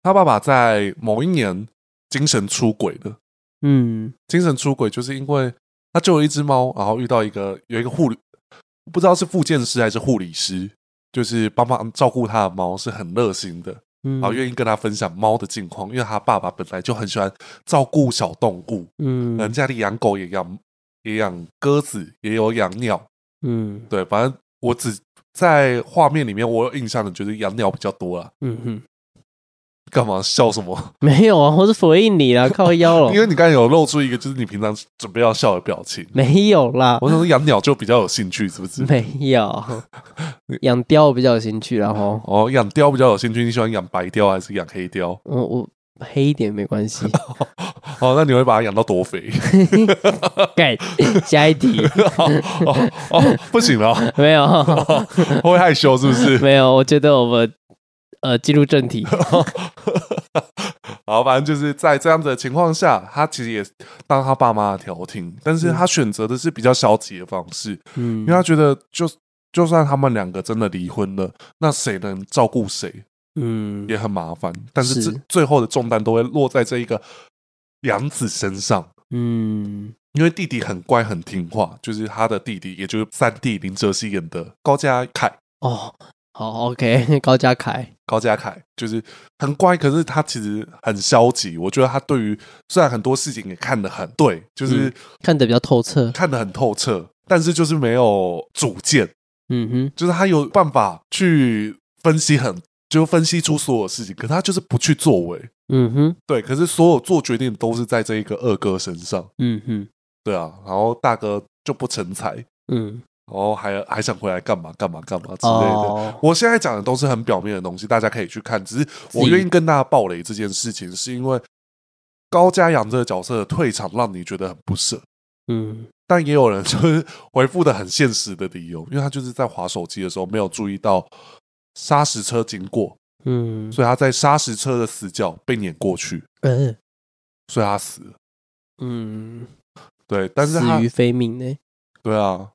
A: 他爸爸在某一年精神出轨了。
B: 嗯，
A: 精神出轨，就是因为他救了一只猫，然后遇到一个有一个护理，不知道是复健师还是护理师，就是帮忙照顾他的猫，是很热心的，
B: 嗯
A: 然后愿意跟他分享猫的近况，因为他爸爸本来就很喜欢照顾小动物，人
B: 嗯
A: 家里养狗也养也养鸽子，也有养鸟，
B: 嗯
A: 对，反正我只在画面里面我有印象的，就是养鸟比较多啦。
B: 嗯哼，
A: 干嘛笑什么？
B: 没有啊，我是回应你啦，靠腰了
A: <laughs>
B: <laughs>
A: 因，为你刚才有露出一个就是你平常准备要笑的表情。
B: 没有啦，
A: 我想说养鸟就比较有兴趣，是不是？
B: 没有， <laughs> 养貂我比较有兴趣啦，然后
A: 哦，养貂比较有兴趣，你喜欢养白貂还是养黑貂？
B: 我我黑一点没 <laughs> 关系，
A: 哦，那你会把它养到多肥？ <laughs>
B: 盖下一题
A: 哦哦哦，不行了， <laughs>
B: 没有 <laughs>
A: 会害羞是不 <laughs> 是？
B: 没有，我觉得我们呃进入正
A: <laughs>
B: 题，
A: 好，反正就是在这样子的情况下，他其实也当他爸妈的调停，但是他选择的是比较消极的方式，
B: 嗯
A: 因为他觉得就就算他们两个真的离婚了，那谁能照顾谁
B: 嗯
A: 也很麻烦，但是
B: 是
A: 最最后的重担都会落在这一个养子身上。
B: 嗯
A: 因为弟弟很乖很听话，就是他的弟弟，也就是三弟林哲熙演的高嘉凯。
B: 哦，好 OK，高 <laughs> 嘉凯，
A: 高嘉凯就是很乖，可是他其实很消极。我觉得他对于虽然很多事情也看得很对，就是
B: 嗯看得比较透彻，
A: 看得很透彻，但是就是没有主见，
B: 嗯哼，
A: 就是他有办法去分析很，就分析出所有事情，可他就是不去作为。
B: 嗯哼，
A: 对，可是所有做决定都是在这一个二哥身上。
B: 嗯哼，
A: 对啊，然后大哥就不成才，
B: 嗯，
A: 然后还还想回来干嘛干嘛干嘛之类的。
B: 哦，
A: 我现在讲的都是很表面的东西，大家可以去看。只是我
B: 己
A: 愿意跟大家爆雷这件事情，是因为高嘉阳这个角色的退场让你觉得很不舍，
B: 嗯
A: 但也有人 <laughs> 就是回复的很现实的理由，因为他就是在划手机的时候没有注意到砂石车经过，
B: 嗯，
A: 所以他在砂石车的死角被碾过去，
B: 嗯
A: 所以他死了。
B: 嗯，
A: 对，但是
B: 死
A: 他
B: 于非命呢，
A: 对啊，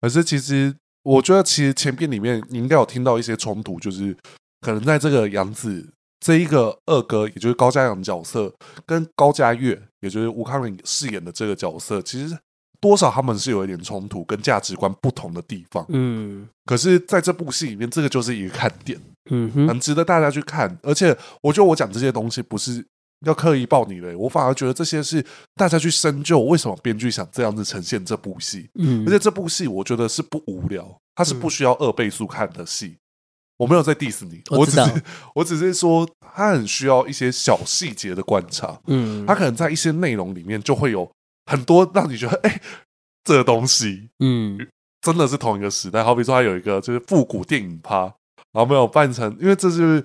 A: 可是其实我觉得，其实前面里面你应该有听到一些冲突，就是可能在这个杨子这一个二哥，也就是高嘉阳角色，跟高嘉月，也就是吴康仁饰演的这个角色，其实多少他们是有一点冲突，跟价值观不同的地方。
B: 嗯
A: 可是在这部戏里面，这个就是一个看点，
B: 嗯哼，
A: 很值得大家去看。而且我觉得我讲这些东西不是。要刻意爆你雷，我反而觉得这些是大家去深究为什么编剧想这样子呈现这部戏。
B: 嗯，
A: 而且这部戏我觉得是不无聊，它是不需要二倍速看的戏。我没有在 diss 你，
B: 我
A: 我只
B: 知道
A: 是 <laughs> 我只是说，它很需要一些小细节的观察，
B: 嗯
A: 它可能在一些内容里面就会有很多让你觉得，哎、这个东西
B: 嗯
A: 真的是同一个时代。好比说，它有一个就是复古电影趴，然后没有扮成，因为这是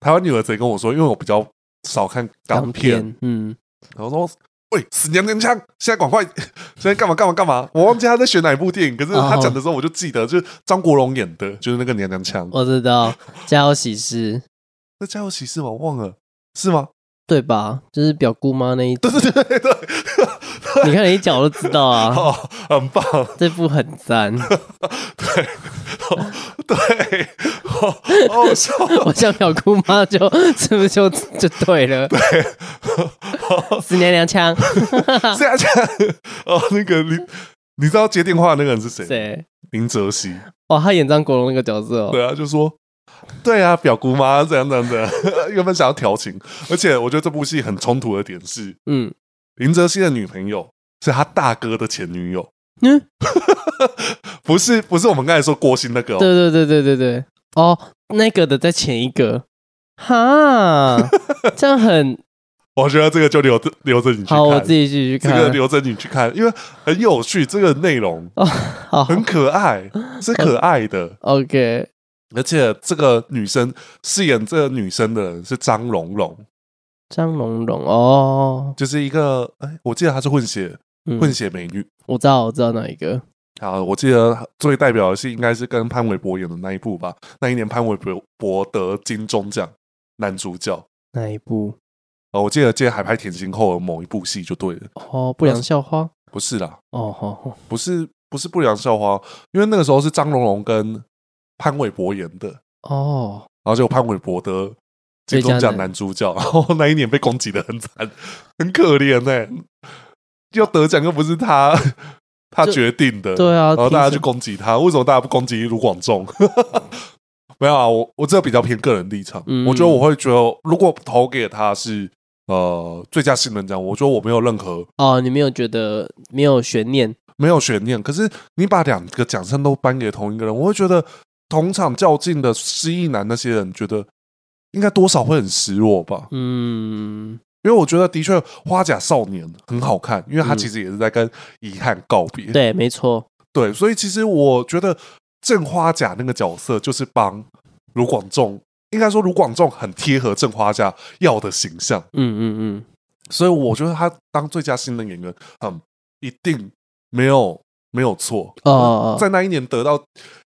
A: 台湾女儿贼跟我说，因为我比较少看港片，，
B: 嗯
A: 然后说。喂，死娘娘腔！现在赶快， <laughs> 现在干嘛干嘛干嘛？我忘记他在选哪一部电影，可是他讲的时候我就记得，就是张国荣演的，就是那个娘娘腔。
B: 我知
A: <laughs>
B: 道，家有喜事。
A: 那《家有喜事》吗？我忘了，是吗？
B: 对吧？就是表姑妈那一集，
A: 对对对对， <laughs>
B: 你看你一讲我就知道啊，
A: 哦，很棒，
B: 这部很赞，
A: 对，哦 <laughs> 对，哦，好好笑，
B: 我像表姑妈就是不是就就对了？死娘娘腔，
A: 这样这样，哦，那个你，你知道接电话的那个人是谁？
B: 谁？
A: 林哲熙，
B: 哇，哦他演张国荣那个角色哦，
A: 对啊，就说对啊，表姑妈怎样怎样怎样， <laughs> 原本想要调情，而且我觉得这部戏很冲突的点是，
B: 嗯
A: 林哲熙的女朋友是他大哥的前女友，
B: 嗯，
A: 不是不是我们刚才说郭鑫那个、哦，
B: 对对对对对对，哦，那个的在前一个，
A: <laughs>
B: 哈，这样很
A: 我觉得这个就留着留着你去看，
B: 好，我自己继续
A: 这
B: 看，
A: 个留着你去看，因为很有趣，这个内容
B: 哦，好
A: 很可
B: <laughs>
A: 爱，是可爱的，
B: ，OK，
A: 而且这个女生饰演这个女生的人是张荣荣，
B: 张龙龙哦，
A: 就是一个哎，我记得她是混血，
B: 嗯
A: 混血美女。
B: 我知道，我知道哪一个。
A: 啊，我记得最代表的是应该是跟潘玮柏演的那一部吧。那一年潘玮柏博得金钟奖男主角，
B: 哪一部？
A: 哦，我记得接《海派甜心后》的某一部戏就对了。
B: 哦，不良校花。
A: 不是啦，
B: 哦，好、好，
A: 不是不是不良校花，因为那个时候是张荣荣跟潘玮柏演的，然
B: 哦，
A: 后就潘玮柏得金钟奖男主角，然后那一年被攻击的很惨，很可怜呢、要得奖又不是他他
B: 就
A: 决定的，
B: 对啊，
A: 然后大家去
B: 凭什么
A: 攻击他，为什么大家不攻击卢广仲？ <laughs> 没有啊，我我这比较偏个人立场，
B: 嗯
A: 我觉得我会觉得，如果投给他是呃最佳新人奖，我觉得我没有任何
B: 哦，你没有觉得没有悬念？
A: 没有悬念。可是你把两个奖项都颁给同一个人，我会觉得同场较劲的失忆男那些人，觉得应该多少会很失落吧。
B: 嗯，
A: 因为我觉得的确《花甲少年》很好看，因为他
B: 嗯
A: 其实也是在跟遗憾告别。
B: 对，没错。
A: 对，所以其实我觉得郑花甲那个角色就是帮卢广仲，应该说卢广仲很贴合郑花甲要的形象，
B: 嗯嗯
A: 所以我觉得他当最佳新人演员，嗯，一定没有没有错。
B: 嗯，哦，
A: 在那一年得到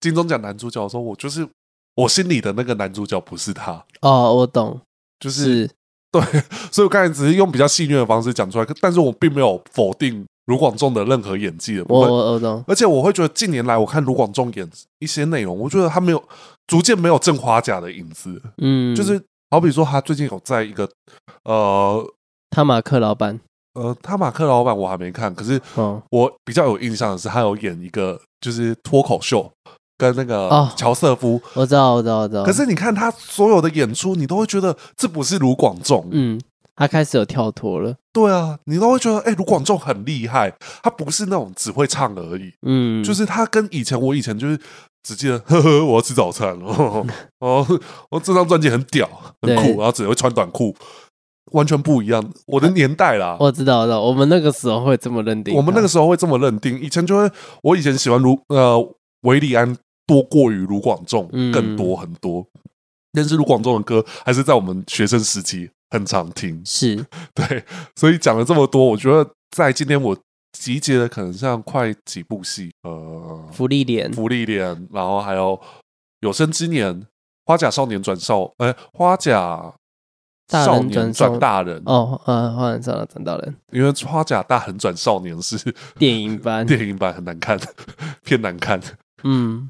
A: 金钟奖男主角的时候，我就是我心里的那个男主角不是他，
B: 哦，我懂，
A: 就是
B: 是
A: 对，所以我刚才只是用比较戏谑的方式讲出来，可但是我并没有否定卢广仲的任何演技的部
B: 我
A: 分。
B: 我我懂。
A: 而且我会觉得近年来我看卢广仲演一些内容，我觉得他没有逐渐没有郑花甲的影子，
B: 嗯，
A: 就是好比说他最近有在一个呃
B: 他马克老板。
A: 呃，他马克老板我还没看，可是
B: 哦，
A: 我比较有印象的是他有演一个就是脱口秀。跟那个
B: 哦嗯
A: 乔瑟夫，
B: 我知道，我知道，我知道。
A: 可是你看他所有的演出，你都会觉得这不是卢广仲，
B: 嗯，他开始有跳脱了。
A: 对啊，你都会觉得哎，卢广仲很厉害，他不是那种只会唱而已，
B: 嗯，
A: 就是他跟以前我以前就是只记得呵呵，我要吃早餐
B: <laughs>
A: 哦，哦，我这张专辑很屌很
B: 对
A: 酷，然后只会穿短裤，完全不一样。我的年代啦，
B: 我知道，我知道。我们那个时候会这么认定他。
A: 我们那个时候会这么认定，以前就会我以前喜欢卢呃维利安多过于卢广仲
B: 嗯
A: 更多很多，但是卢广仲的歌还是在我们学生时期很常听，
B: 是
A: 对，所以讲了这么多，我觉得在今天我集结了可能像快几部戏，呃，
B: 福利脸。
A: 福利脸，然后还有有生之年花甲少年转少，呃，花甲
B: 大人
A: 少年
B: 转
A: 转
B: 少
A: 大人，
B: 哦，呃，换人上了转到人
A: 因为花甲大人转少年是 <laughs>
B: 电影版。
A: 电影版很难看， <laughs> 偏难看。
B: 嗯，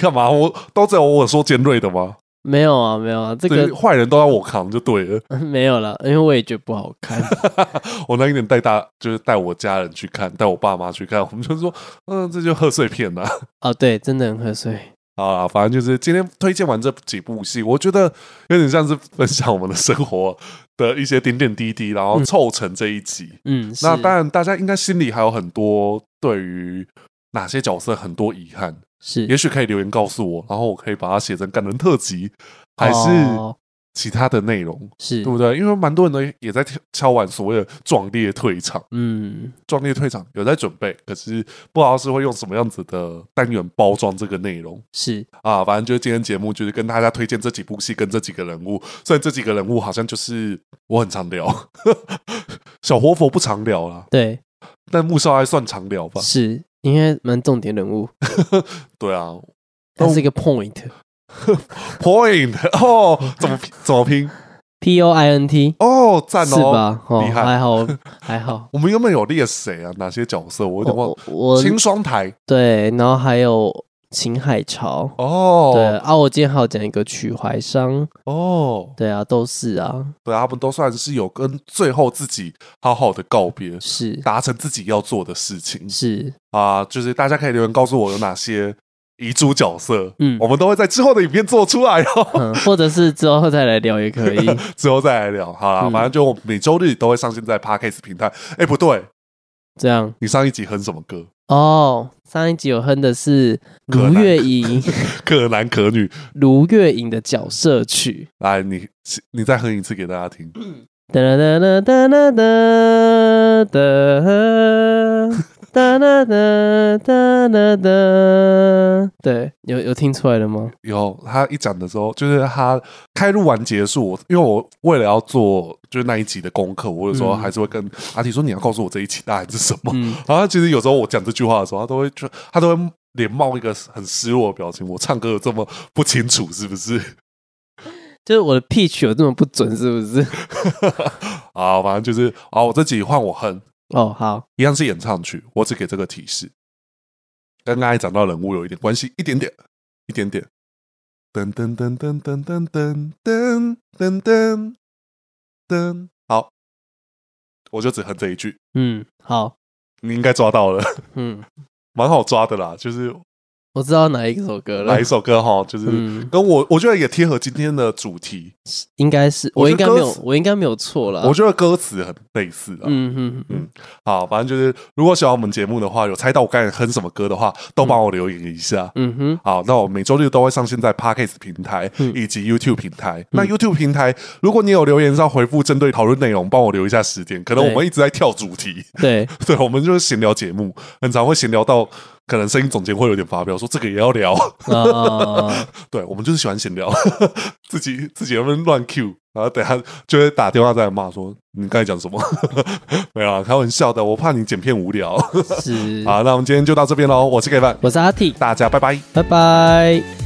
A: 干嘛？我都只有我说尖锐的吗？
B: 没有啊，没有啊，这
A: 对，
B: 个
A: 坏人都要我扛就对了。 <laughs>
B: <laughs> 没有了，因为我也觉得不好看。
A: 我那一年带大，就是带我家人去看，带我爸妈去看，我们就说，嗯，这就贺岁片呐、
B: 哦，对，真的很喝水。
A: 好啦，反正就是今天推荐完这几部戏，我觉得有点像是分享我们的生活的一些点点滴滴，然后凑成这一集。
B: 嗯，是
A: 那当然，大家应该心里还有很多对于哪些角色很多遗憾，
B: 是，
A: 也许可以留言告诉我，然后我可以把它写成感人特辑，还是
B: 哦
A: 其他的内容，
B: 是
A: 对不对？因为蛮多人都也在敲敲完所谓的壮烈退场，
B: 嗯，
A: 壮烈退场有在准备，可是不知道是会用什么样子的单元包装这个内容。
B: 是
A: 啊，反正就是今天节目就是跟大家推荐这几部戏跟这几个人物，虽然这几个人物好像就是我很常聊， <laughs> 小活佛不常聊啦，
B: 对，
A: 但穆少爱算常聊吧？
B: 是应该蛮重点人物，
A: 对啊
B: 它是一个 point
A: ，point 哦，怎么拼怎么拼？
B: p o i n t
A: 哦，赞
B: 是
A: 哦！
B: 吧？哦，
A: 厉害
B: 还
A: <laughs>
B: 好还好。
A: 我们原本有列谁啊？哪些角色？我有点忘了。
B: 我我
A: 清双台
B: 对，然后还有秦海潮，对
A: 哦
B: 啊，我今天还有讲一个曲怀商，
A: 哦，
B: 对啊，都是啊，
A: 对啊，他们都算是有跟最后自己好好的告别，
B: 是
A: 达成自己要做的事情。
B: 是，
A: 啊、就是大家可以留言告诉我有哪些遗珠角色，
B: 嗯
A: 我们都会在之后的影片做出来
B: <laughs>
A: 哦，
B: 嗯，或者是之后再来聊也
A: <laughs>
B: 可以，
A: 之后再来聊。好啦，
B: 嗯
A: 反正就每周日都会上线在 Podcast 平台。哎、不对，
B: 这样
A: 你上一集哼什么歌？
B: 哦。上一集有哼的是
A: 可
B: 卢
A: 难
B: 月影，
A: 可男可女，
B: 卢月影的角色曲，
A: 来，你你再哼一次给大家听。
B: 哒啦哒啦哒啦哒哒，哒哒哒哒哒哒，对，有有听出来了吗？
A: 有他一讲的时候，就是他开录完结束，我因为我为了要做就是那一集的功课，我有时候
B: 嗯
A: 还是会跟阿提说你要告诉我这一集大概是什么。
B: 嗯，
A: <laughs> 然后他其实有时候我讲这句话的时候，他都会就他都会脸冒一个很失落的表情。我唱歌有这么不清楚是不是？
B: 就是我的 pitch 有这么不准是不是？
A: <laughs> 啊，反正就是啊，我这集换我哼，
B: 哦，好，
A: 一样是演唱曲，我只给这个提示，跟刚才讲到人物有一点关系，一点点，一点点。噔噔噔噔噔噔噔噔噔噔噔，好，我就只哼这一句，
B: 嗯，好，
A: 你应该抓到了，
B: 嗯，
A: 蛮好抓的啦。就是
B: 我知道哪一首歌了
A: 来一，首歌哈，就是
B: 嗯，
A: 跟我，我觉得也贴合今天的主题，
B: 应该是
A: 我
B: 我
A: 觉
B: 应
A: 得
B: 该没
A: 歌
B: 有
A: 词，
B: 我应该没有错了，
A: 我觉得歌词很类似啊。
B: 嗯嗯嗯，
A: 好，反正就是如果喜欢我们节目的话，有猜到我刚才哼什么歌的话，都帮我留言一下。
B: 嗯哼，
A: 好，那我每周六都会上线在 Podcast 平台
B: 嗯
A: 以及 YouTube 平台。那 YouTube 平台，如果你有留言上回复针对讨论内容，帮我留一下时间。可能
B: 对
A: 我们一直在跳主题， <laughs>
B: 对，
A: 对，我们就是闲聊节目，很常会闲聊到可能声音总监会有点发飙，说这个也要聊。
B: 啊，
A: 对，我们就是喜欢闲聊， <laughs> 自己自己在那边乱 Q，然后等下就会打电话再来骂说你刚才讲什么？ <laughs> 没有啊，开玩笑的，我怕你剪片无聊。
B: 是，
A: 好，那我们今天就到这边喽，我是 Kevin，
B: 我是阿 T，
A: 大家拜拜。
B: 拜拜。